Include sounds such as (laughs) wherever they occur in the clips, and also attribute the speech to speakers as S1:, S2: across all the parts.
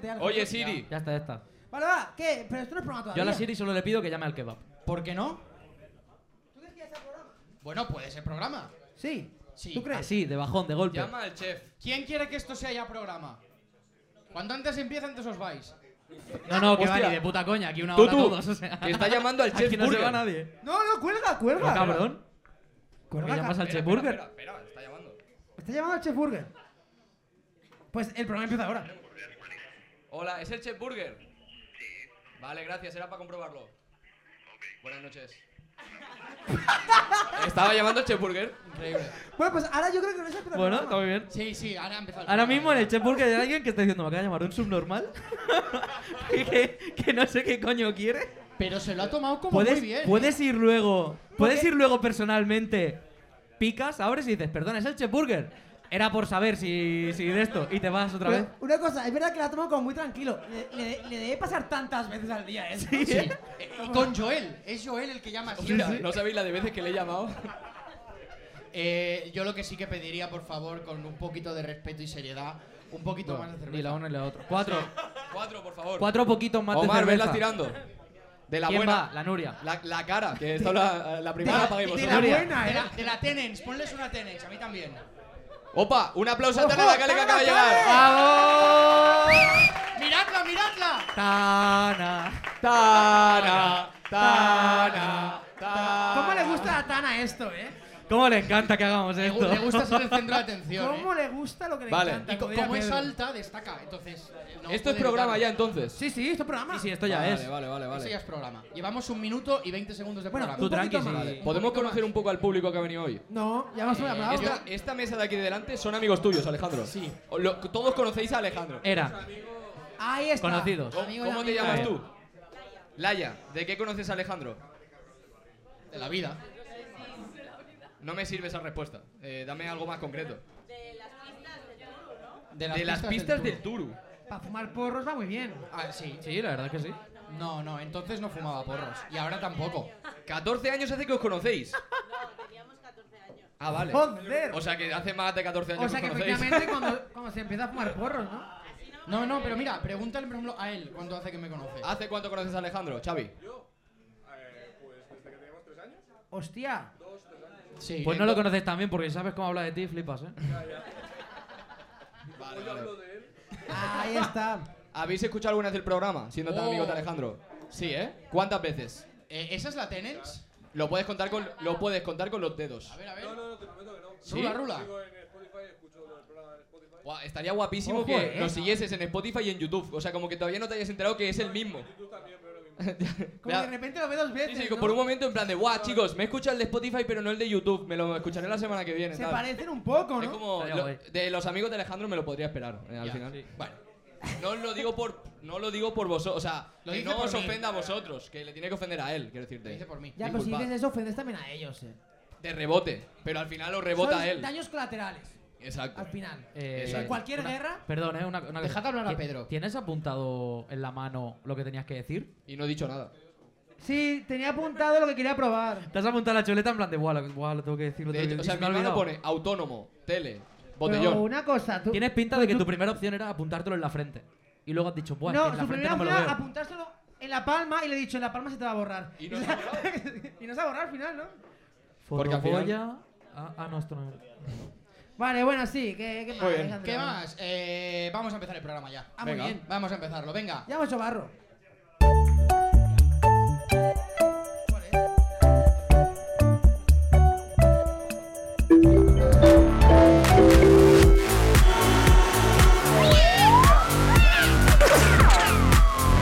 S1: de algo.
S2: Oye, Siri.
S3: Ya está, ya está.
S1: Vale, va, ¿qué? Pero esto no es programa todavía.
S3: Yo a la Siri solo le pido que llame al kebab.
S4: ¿Por qué no?
S1: ¿Tú crees que ya sea programa?
S4: Bueno, puede ser programa.
S1: Sí.
S4: Sí.
S1: ¿Tú crees?
S3: Así, de bajón, de golpe.
S2: Llama al chef.
S4: ¿Quién quiere que esto sea ya programa? Cuanto antes empieza, antes os vais.
S3: No, no, que va
S2: Hostia.
S3: ni de puta coña, aquí una
S2: Tú,
S3: hora
S2: tú.
S3: todos, o sea.
S2: Que está llamando al
S3: (laughs) Aquí
S2: chef
S3: no se
S2: Burger.
S3: va nadie.
S1: No, no, cuelga,
S3: No,
S1: cuelga.
S3: cabrón. ¿Por qué
S1: Cuelga,
S3: llamas al
S2: Espera,
S3: chef
S2: espera,
S3: Burger?
S2: Espera, espera, está llamando.
S1: Está llamando al Chef Burger. Pues el programa empieza ahora.
S2: Hola, ¿es el Chef Burger? Sí. Vale, gracias, era para comprobarlo. Buenas noches. (laughs) Estaba llamando al Chef Burger.
S4: Increíble.
S1: Bueno, pues ahora yo creo que no es el programa.
S3: Bueno, está muy bien.
S4: Sí, sí, ahora ha empezado. el
S3: Ahora
S4: programa.
S3: mismo en el Chef Burger hay alguien que está diciendo, me acaba de llamar un subnormal. (laughs) que, que no sé qué coño quiere.
S4: Pero se lo ha tomado como
S3: Puedes,
S4: muy bien.
S1: ¿eh?
S3: puedes ir luego, puedes ir luego personalmente. Picas, abres y dices, perdón, es el Chef Burger. Era por saber si, si de esto. Y te vas otra
S1: Pero
S3: vez.
S1: Una cosa, es verdad que la ha tomado como muy tranquilo. Le, le- le debe pasar tantas veces al día, ¿eh?
S4: Sí. Eh, Y con Joel. Es Joel el que llama así.
S2: Mira, no sabéis la de veces que le he llamado.
S4: Eh, yo lo que sí que pediría, por favor, con un poquito de respeto y seriedad, un poquito más de cerveza.
S3: Ni la una ni la otra. Cuatro.
S2: Cuatro, por favor.
S3: Cuatro poquitos más
S2: Omar,
S3: de cerveza.
S2: velas tirando. De la
S3: ¿Quién
S2: buena.
S3: va? La Nuria.
S2: La, la cara, que esta la, la primera
S3: Ah,
S2: la paguéis
S1: de
S2: vosotros.
S1: la
S3: Nuria.
S1: buena,
S4: De
S1: ¿eh?
S4: la, de la Tenens, ponles una Tenens, a mí también.
S2: Opa, un aplauso a
S1: Ojo,
S2: Tana Lacale que acaba de
S1: Tana
S2: llegar.
S3: ¡Vamos!
S4: ¡Miradla, miradla!
S3: Tana. Ah.
S2: Tana, Tana, Tana.
S1: ¿Cómo le gusta a Tana esto, eh?
S3: ¿Cómo le encanta que hagamos
S4: Le,
S3: esto?
S4: gu- le gusta ser el centro de atención.
S1: (laughs) ¿Cómo
S4: eh.
S1: le gusta lo que le
S2: Vale.
S1: encanta?
S4: Y co-
S1: diría
S4: como es
S1: Pedro.
S4: alta, destaca. Entonces, eh, no
S2: Esto es
S4: puede
S2: programa ya
S4: evitarlo.
S2: entonces.
S1: Sí, sí, esto es programa.
S3: (laughs) Sí, sí, esto ya
S2: vale,
S3: es.
S2: Vale, vale,
S4: Eso ya
S2: vale.
S4: es programa. Llevamos un minuto y 20 segundos de
S1: Bueno,
S4: programa.
S3: Tú
S1: Un poquito
S3: tranqui,
S1: más. Ah,
S3: sí.
S1: Vale.
S2: ¿Podemos conocer un poco al público que ha venido hoy?
S1: No, ya hemos
S4: Eh,
S1: hablado.
S2: Esta, esta mesa de aquí de delante son amigos tuyos, Alejandro.
S4: Sí.
S2: O lo- todos conocéis a Alejandro.
S3: Era.
S1: Ahí está.
S3: Conocidos.
S2: ¿Cómo,
S4: Amigo y
S2: cómo te
S4: amiga.
S2: llamas tú? Laia. ¿De qué conoces a Alejandro?
S4: De la vida.
S2: No me sirve esa respuesta. Eh, dame algo más concreto.
S4: De
S2: De las pistas del
S4: tour.
S2: Turu.
S1: Para fumar porros va muy bien.
S4: Ah, sí.
S3: Sí, la verdad que sí.
S4: No, no, entonces no fumaba porros. Y ahora tampoco.
S2: 14 años hace que os conocéis. Ah, vale.
S1: Joder.
S2: O sea que hace más de 14 años
S1: O sea
S2: que
S1: que
S2: os conocéis.
S1: efectivamente
S2: (laughs)
S1: cuando, cuando se empieza a fumar porros, ¿no?
S4: No, no, pero mira, pregúntale por ejemplo a él cuánto hace que me conoce.
S2: ¿Hace cuánto conoces a Alejandro, Xavi?
S1: Hostia.
S4: Sí. eh,
S3: Pues no lo conoces tan bien porque sabes cómo habla de ti,
S2: (laughs)
S3: flipas, ¿eh?
S2: Vale, vale.
S1: Ahí está.
S2: ¿Habéis escuchado alguna vez el programa, siendo tan
S4: Oh.
S2: amigo de Alejandro? Sí, ¿eh? ¿Cuántas veces?
S4: Eh, ¿Esa es la Tenens?
S2: Lo puedes contar con, lo puedes contar con los dedos.
S4: A ver, a ver.
S2: ¿Sí?
S4: Rula, rula.
S2: Buah, estaría guapísimo
S1: Ojo,
S2: que
S1: eh.
S2: nos siguieses en Spotify y en YouTube. O sea, como que todavía no te hayas enterado que es el mismo.
S1: Como
S2: (laughs) Ya.
S1: de repente lo ve dos
S2: Sí,
S1: veces.
S2: sí,
S1: ¿no?
S2: por un momento en plan de, guau, chicos, me escucha el de Spotify pero no el de YouTube. Me lo escucharé la semana que viene.
S1: Se
S2: tal".
S1: parecen un poco,
S2: Es
S1: ¿no?
S2: como
S3: Estaría
S2: lo-
S3: guay.
S2: de los amigos de Alejandro me lo podría esperar eh, al
S4: Ya,
S2: final.
S3: sí.
S2: Bueno, no os lo digo por no lo digo por vosotros, o sea,
S4: Lo
S2: que
S4: dice
S2: no
S4: por
S2: os
S4: mí.
S2: ofenda a vosotros, que le tiene que ofender a él, quiero
S4: Lo dice
S2: decirte.
S4: por mí.
S1: Ya, pero si
S2: Disculpa.
S1: dices eso, ofendes también a ellos, eh.
S2: De rebote, pero al final lo rebota
S1: Sois
S2: él.
S1: daños colaterales,
S2: Exacto.
S1: al final.
S3: Eh,
S1: En
S2: Exacto.
S1: cualquier
S3: una-
S1: guerra...
S3: Perdón, ¿eh? Una, una
S4: Dejad hablar a
S3: ¿Ti-
S4: Pedro.
S3: ¿Tienes apuntado en la mano lo que tenías que decir?
S2: Y no he dicho nada.
S1: Sí, tenía apuntado lo que quería probar.
S3: Te has apuntado la chuleta en plan de, guau, lo, guau, lo tengo que decir, lo
S2: De
S3: tengo que
S2: hecho, o sea,
S3: decir,
S2: mi
S3: me he
S2: hermano
S3: olvidado".
S2: pone autónomo, tele, botellón.
S1: una cosa, tú...
S3: Tienes pinta de que tu primera opción era apuntártelo en la frente. Y luego has dicho, buah, es que
S1: no,
S3: en la
S1: su
S3: frente
S1: primera
S3: no me lo
S1: opción
S3: veo.
S1: era apuntárselo en la palma y le he dicho, en la palma se te va a borrar. (laughs)
S2: Y no se ha
S1: y no se va a borrar al final, ¿no?
S2: Porque al final-
S3: Fotopolla- Ah, ah, no, esto no.
S1: Vale, bueno, sí, ¿qué, qué más?
S2: bien.
S1: Alejandro?
S4: ¿Qué más? Eh, vamos a empezar el programa ya.
S1: Ah, muy
S2: Venga.
S1: bien.
S4: Vamos a empezarlo, venga.
S1: Ya hemos hecho barro.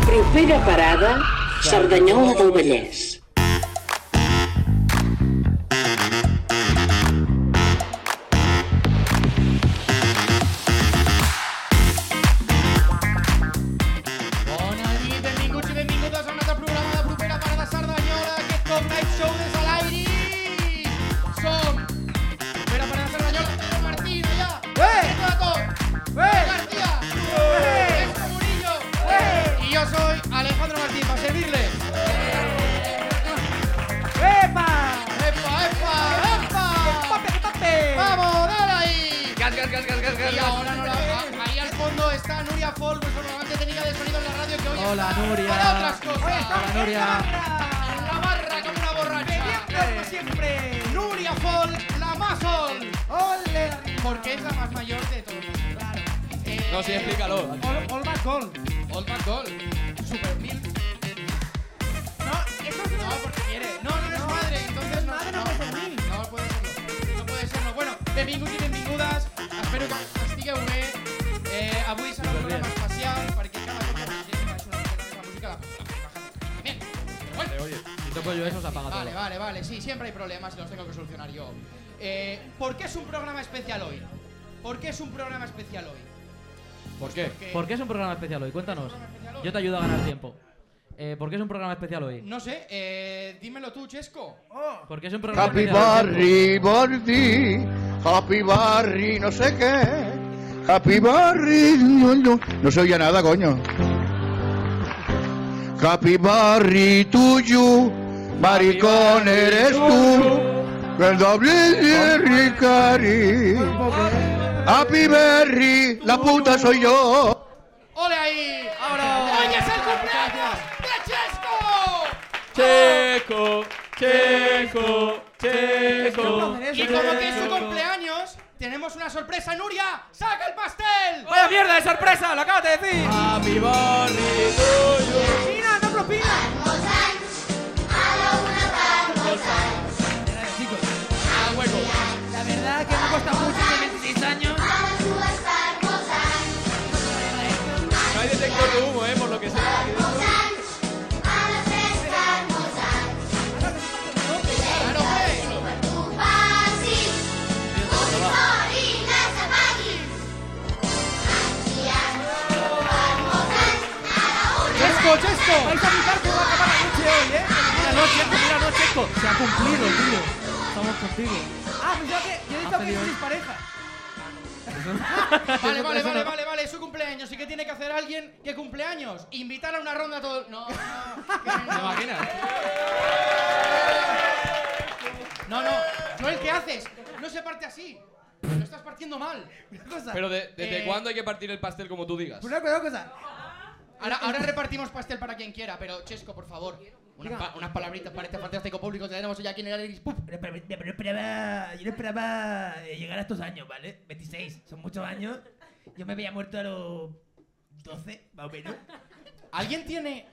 S5: Propera parada, Cerdanyola del Vallès.
S4: Bona nit, benvinguts i benvingudes a un altre programa de propera parada Cerdanyola, aquest cop Night Show des de l'aire. Som propera parada Cerdanyola, Pedro Martín, allà.
S1: Eh!
S4: Pedro a tot.
S3: ¡Eh!
S4: García. Pedro Murillo.
S3: ¡Eh!
S4: Y yo soy Alejandro Martín, para servirle.
S1: ¡Epa!
S4: ¡Epa, epa, epa!
S1: ¡Pape, pape!
S4: ¡Vamos, dale ahí!
S2: Gas, gas, gas, gas, gas, gas,
S4: Y
S2: gas.
S4: ahora no la... ah, Ahí al fondo está Nuria Folk, nuestro programa entretenido
S3: Hola, Nuria.
S4: Para otras cosas.
S1: Oye, estamos
S3: Hola,
S1: en la
S3: Nuria.
S1: barra.
S4: En la barra con una borracha. Eh.
S1: Bebiendo como siempre.
S4: Nuria Fol, la más Fol.
S1: Ole.
S4: Porque es la más mayor de todos. Eh,
S2: No, sí, explícalo.
S1: All, all my call.
S4: Old McDoll. Super Mil.
S1: No, eso es
S4: No, porque quiere. No, no, no es
S1: No,
S4: madre. Entonces no.
S1: madre no puede ser mil.
S4: No puede serlo. No puede serlo. Bueno, benvinguts i benvingudes. Espero que estigueu bé. Eh, avui serà un programa especial perquè cada cop que la gent baixa una miqueta més la música la la baja también. Però bueno,
S3: Si toco yo eso, se apaga
S4: Vale,
S3: todo.
S4: vale, vale. Sí, siempre hay problemas y los tengo que solucionar yo. Eh, ¿Por qué es un programa especial hoy? ¿Por qué es un programa especial hoy?
S2: ¿Por qué?
S4: Porque-
S3: ¿Por qué es un programa especial hoy? Cuéntanos.
S4: ¿Por qué es un programa especial hoy?
S3: Yo te ayudo a ganar tiempo. Eh, ¿Por qué es un programa especial hoy?
S4: No sé, eh, dímelo tú, Chesco.
S1: Oh,
S3: Porque es un programa
S6: Happy
S3: especial.
S6: Barry, Bardi, Happy Barry, no sé qué. Happy Barry, no, no, no se oye nada, coño. Happy Barry, tuyo, maricón eres tú. El doble de Ricari. Happy Berry, la puta soy yo.
S4: ¡Ole ahí!
S3: ¡Vámonos!
S4: ¡Hoy es el cumpleaños de Chesco!
S2: Checo, Checo, Checo.
S4: Y como que es su cumpleaños, tenemos una sorpresa. ¡Nuria, saca el pastel!
S3: ¡Vaya mierda de sorpresa! ¡Lo acabas de decir!
S2: Happy birthday to you.
S1: ¡Propina, no propina! La verdad que me cuesta mucho de 26 años.
S2: No hay detector de humo, eh, por lo que sea.
S4: ¡Claro, hombre! ¡Chesco, Chesco!
S1: Vais a gritar que va a acabar la noche hoy, ¿eh?
S3: Mira, no, Checo, mira, no, Checo. Se ha cumplido, tío. Estamos contigo.
S1: Ah, pues yo que... Yo he dicho que sois pareja.
S4: Vale, vale, vale, vale, vale, es su cumpleaños. ¿Y qué tiene que hacer alguien que cumpleaños? Invitar a una ronda a todo. el- No, no, que
S3: ¿Te
S4: no.
S3: imaginas?
S4: No, no, Joel, ¿qué haces? No se parte así. Lo estás partiendo mal.
S1: Una cosa.
S2: Pero de- ¿desde
S4: Eh.
S2: cuándo hay que partir el pastel como tú digas?
S1: Una cosa, una cosa.
S4: Ahora, ahora repartimos pastel para quien quiera, pero Chesco, por favor, unas, pa- unas palabritas para este fantástico público que tenemos hoy aquí en el Arelis. Puf.
S1: Pero, pero- pero no esperaba, yo no esperaba eh, llegar a estos años, ¿vale? 26, son
S7: (laughs)
S1: muchos años. Yo me había muerto a los 12, más o menos.
S4: ¿Alguien tiene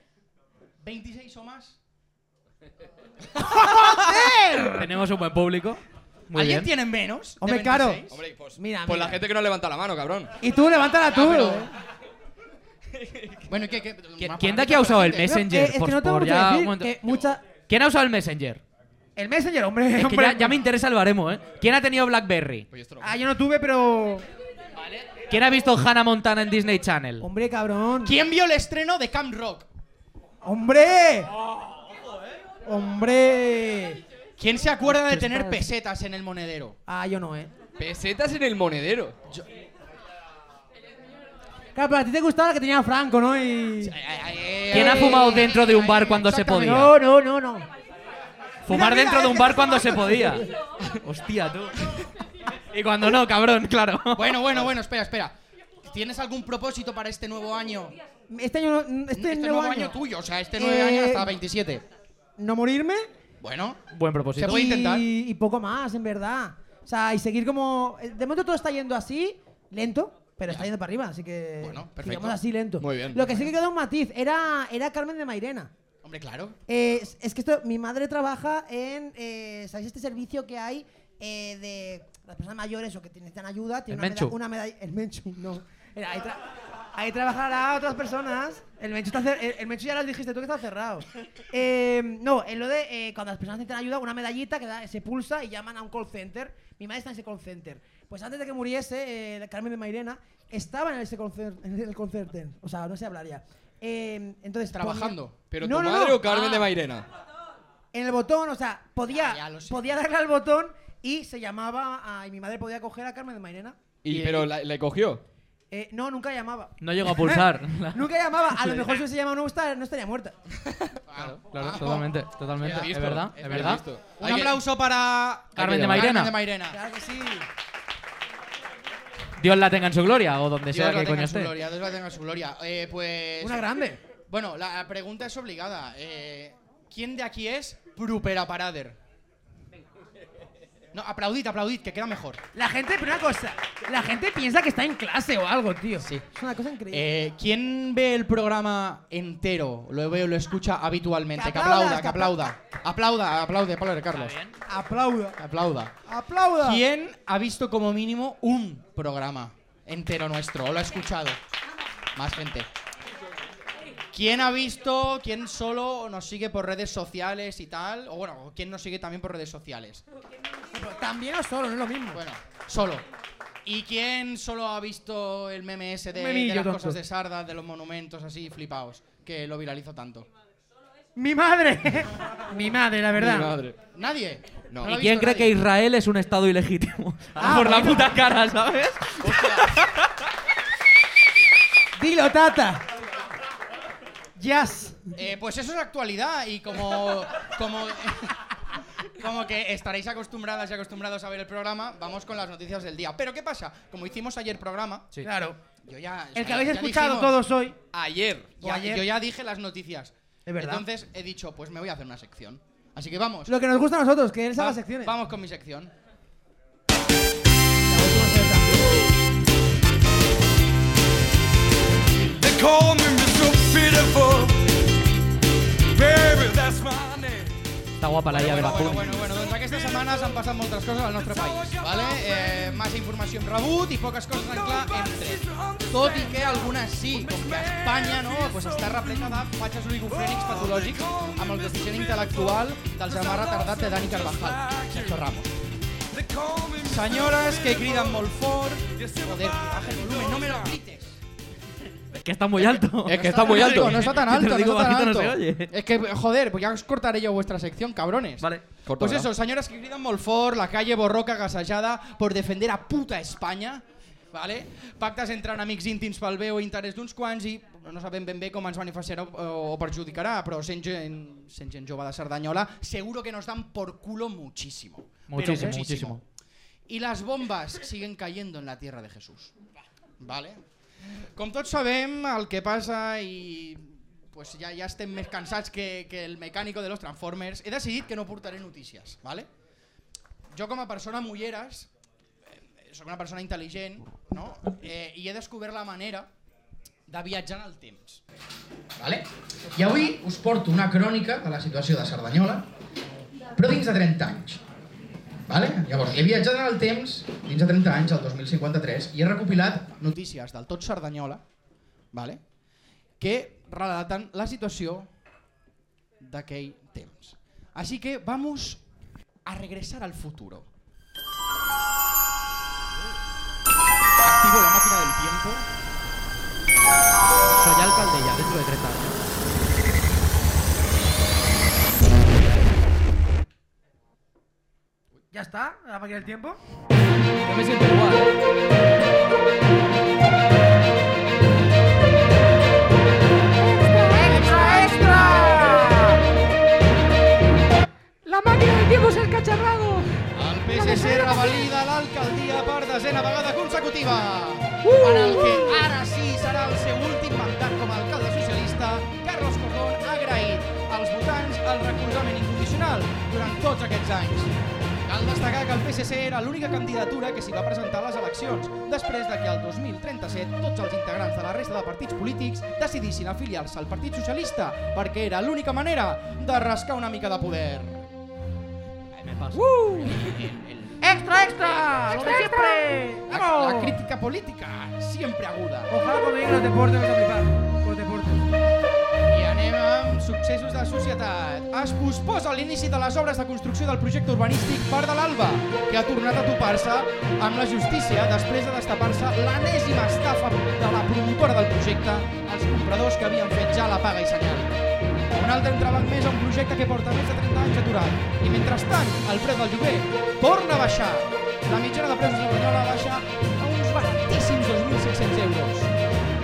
S4: 26 o más?
S3: Tenemos un buen público. Muy bien.
S4: ¿Alguien tiene menos? de
S1: Hombre, claro.
S4: 26?
S2: Hombre, pues,
S1: Mira,
S2: pues
S1: mira.
S2: la gente que no levanta la mano, cabrón.
S1: Y tú,
S3: Ah,
S1: levántala tú.
S4: pero-
S1: ¿eh?
S4: Bueno, ¿y ¿qué,
S3: ¿Qui-
S4: qué, más
S3: ¿Quién de
S4: palabritas
S3: aquí ha
S4: para
S3: usado
S4: la
S3: el
S4: gente?
S1: Eh,
S3: Messenger?
S1: es que
S3: Por-
S1: no tengo
S3: por
S1: mucho
S3: ya
S1: que
S3: un
S1: decir,
S3: momento.
S1: que mucha...
S3: ¿Quién ha usado el Messenger?
S1: El Messenger, hombre,
S3: Es que
S1: hombre.
S3: ya, ya me interesa el baremo, ¿eh? ¿Quién ha tenido Blackberry?
S2: Pues esto no-
S1: Ah, yo no tuve, pero...
S3: ¿Quién ha visto Hannah Montana en Disney Channel?
S1: Hombre, cabrón.
S4: ¿Quién vio el estreno de Camp Rock?
S1: ¡Hombre! ¡Hombre!
S4: ¿Quién se acuerda de tener pesetas en el monedero?
S1: Ah, yo no, ¿eh?
S2: Pesetas en el monedero.
S1: Claro, pero a ti te gustaba la que tenía Franco, ¿no? Y...
S3: ¿Quién
S4: ¿Quién
S3: ha fumado dentro de un bar cuando se podía?
S1: No, no, no, no. Mira,
S3: Fumar
S1: mira,
S3: dentro de
S1: es
S3: un
S1: que
S3: bar
S1: está
S3: cuando se
S1: fumando.
S3: podía. Hostia, tú. Y cuando no, cabrón, claro.
S4: Bueno, bueno, bueno, espera, espera. ¿Tienes algún propósito para este nuevo año?
S1: Este año, no- este,
S4: este
S1: nuevo año,
S4: tuyo, o sea, este nuevo año
S1: Eh,
S4: hasta 27.
S1: no morirme
S4: Bueno,
S3: Buen
S4: Se
S3: propósito.
S4: puede
S1: y,
S4: intentar.
S1: y poco más, en verdad. O sea, y seguir como... eh, De momento todo está yendo así, lento, pero está yendo para arriba, así que...
S4: Bueno, perfecto.
S1: sigamos así lento.
S2: Muy bien.
S1: Lo que sí que queda un matiz, era, era Carmen de Mairena.
S4: hombre, claro.
S1: Eh, es- es que esto, mi madre trabaja en, eh, ¿sabéis este servicio que hay eh, de las personas mayores o que necesitan ayuda? Tiene
S3: El
S1: una, meda-
S3: Menchu.
S1: una medalla, el menchu, no. Era, ahí, tra- ahí trabajará otras personas. El menchu, está cer- el, el menchu ya lo dijiste tú que está cerrado. Eh, no, en lo de eh, cuando las personas necesitan ayuda, una medallita que da- se pulsa y llaman a un call center. Mi madre está en ese call center. Pues antes de que muriese, eh, Carmen de Mairena estaba en ese call center, en el call center. O sea, no se hablaría. Eh, entonces ponía-
S4: Trabajando.
S2: ¿Pero
S1: No,
S2: tu
S1: no,
S2: madre
S1: no.
S2: o Carmen
S4: Ah.
S2: de Mairena?
S1: en el botón, o sea,
S4: Ah, ya
S1: podía,
S4: lo sé.
S1: podía darle al botón y se llamaba, a- y mi madre podía coger a Carmen de Mairena.
S2: Y, pero la- le cogió.
S1: Eh, no, nunca llamaba.
S3: No llegó a pulsar.
S1: (laughs) Nunca llamaba, a
S3: (laughs)
S1: lo mejor si hubiese llamado no, está- no estaría muerta.
S4: Claro,
S3: Claro,
S4: ah.
S3: totalmente, totalmente.
S2: Bien
S3: Es
S2: visto,
S3: verdad,
S2: es
S3: es
S2: bien
S3: verdad.
S2: visto.
S4: Un
S2: Hay que-
S4: aplauso para
S3: Carmen
S2: de
S3: Mairena.
S4: Carmen de Mairena.
S1: Claro que sí.
S3: Dios la tenga en su gloria o donde
S4: Dios
S3: sea
S4: la
S3: que
S4: tenga
S3: coño
S4: en su
S3: esté.
S4: gloria, Dios la tenga en su gloria. Eh, pues
S1: Una grande.
S4: Bueno, la pregunta es obligada. Eh, ¿Quién de aquí es Prupera Parader? No, aplaudid, aplaudid, que queda mejor.
S1: La gente, pero una cosa, la gente piensa que está en clase o algo, tío.
S4: Sí.
S1: Es una cosa increíble.
S4: Eh, ¿Quién ve el programa entero? Lo ve o lo escucha habitualmente.
S1: Que
S4: Que
S1: aplaudas,
S4: aplauda, que aplauda. Aplauda, aplaude, aplaude, Carlos.
S1: aplauda,
S4: Que aplauda.
S1: aplauda.
S4: ¿Quién ha visto como mínimo un programa entero nuestro? ¿O lo ha escuchado? Más gente. ¿Quién ha visto, quién solo nos sigue por redes sociales y tal? O bueno, quién nos sigue también por redes sociales.
S1: También o solo, no es lo mismo.
S4: Bueno, solo. ¿Y quién solo ha visto el meme ese de,
S1: Un memillo
S4: de las
S1: tonto.
S4: cosas de Sarda, de los monumentos así flipaos, que lo viralizo tanto?
S1: Mi madre, mi madre, la verdad.
S4: ¿Nadie? No. lo
S3: ¿Y
S4: ha
S3: quién
S4: visto
S3: cree que
S4: nadie.
S3: Israel es un estado ilegítimo? Ah,
S1: Ah.
S3: Por la puta cara, ¿sabes?
S1: Dilo, tata. Jazz.
S4: Eh, pues eso es actualidad y como, como, (laughs) como que estaréis acostumbradas y acostumbrados a ver el programa, vamos con las noticias del día. Pero ¿qué pasa? Como hicimos ayer programa,
S1: Claro.
S4: yo ya...
S1: El que
S4: ya
S1: habéis escuchado
S4: dijimos-
S1: todos hoy.
S2: Ayer.
S4: ya-
S1: ayer.
S4: Yo ya dije las noticias.
S1: Es verdad.
S4: Entonces he dicho, pues me voy a hacer una sección. Así que vamos.
S1: Lo que nos gusta a nosotros, que él
S4: Va-
S1: haga secciones.
S4: Vamos con mi sección.
S8: They call me Mr. Pitiful. Baby, that's my name.
S3: (laughs) Está guapa la idea de
S4: Bueno,
S3: Bakun.
S4: bueno, bueno, bueno, doncs aquesta setmana s'han passat moltes coses al nostre país, vale? Eh, massa informació hem rebut i poques coses en clar hem tret. Tot i que algunes sí, com que Espanya no, pues està repleta de fatxes oligofrènics patològics amb el coeficient intel·lectual del germà retardat de Dani Carvajal, Sergio Ramos.
S8: They call me Mr.
S4: Senyores que criden molt fort, joder, baja el volumen, no me lo grites.
S3: Es que está muy
S4: (laughs)
S3: alto.
S4: Es que
S2: está
S3: (laughs)
S2: muy alto.
S4: No está
S3: Te
S4: tan
S3: lo
S4: alto, no
S3: digo
S4: está tan
S3: bajito, no
S4: alto.
S3: se oye.
S4: Es que, joder, pues ya os cortaré yo vuestra sección, cabrones.
S3: Vale.
S2: Corta,
S4: pues
S2: ¿verdad?
S4: eso, señoras que gritan Molfort, la calle borroca gasallada por defender a puta España. Vale? Pactes entre enemics íntims pel bé o interès d'uns quants i no sabem ben bé com ens beneficiarà o, o perjudicarà, però sent gent, sent gent jove de Cerdanyola seguro que nos dan por culo muchísimo. Pero
S3: Muchísimo, muchísimo.
S4: Y las bombas siguen cayendo en la tierra de Jesús. Vale? Com tots sabem, el que passa i pues ja, ja estem més cansats que, que el mecànico de los Transformers, he decidit que no portaré notícies, ¿vale? Jo com a persona amb ulleres, eh, sóc una persona intel·ligent, no? Eh, I he descobert la manera de viatjar en el temps. Vale? I avui us porto una crònica de la situació de Cerdanyola, però dins de 30 anys. Vale? Llavors, he viatjat en el temps, dins de 30 anys, al 2053, i he recopilat notícies del tot Cerdanyola, vale? que relaten la situació d'aquell temps. Així que vamos a regresar al futuro. Activo la máquina del tiempo.
S3: Soy alcalde ya, dentro de 30 años.
S1: Ya está, la máquina del tiempo.
S3: Yo me siento igual.
S9: La màquina del tiempo s'ha escatxarrado!
S4: El PSC revalida l'alcaldia per desena vegada consecutiva. En el que ara sí serà el seu últim mandat com a alcalde socialista, Carlos Cordón ha agraït als votants el recolzament incondicional durant tots aquests anys. Cal destacar que el PSC era l'única candidatura que s'hi va presentar a les eleccions, després de que el 2037 tots els integrants de la resta de partits polítics decidissin afiliar-se al Partit Socialista, perquè era l'única manera de rascar una mica de poder.
S3: Me pasa.
S1: ¡Extra, extra! ¡Lo de siempre!
S4: La, la
S1: ¡Vamos!
S4: crítica política, sempre aguda.
S1: Ojalá cuando lleguen los deportes vas a flipar. Los deportes.
S4: I anem amb successos de societat. Es posposa l'inici de les obres de construcció del projecte urbanístic Parc de l'Alba, que ha tornat a topar-se amb la justícia després de destapar-se l'enèsima estafa de la promotora del projecte als compradors que havien fet ja la paga i senyal. Un altre entrebanc més a un projecte que porta més de 30 anys aturat. I mentrestant, el preu del lloguer torna a baixar. La mitjana de preus de Cerdanyola baixa a uns baratíssims 2.500 euros.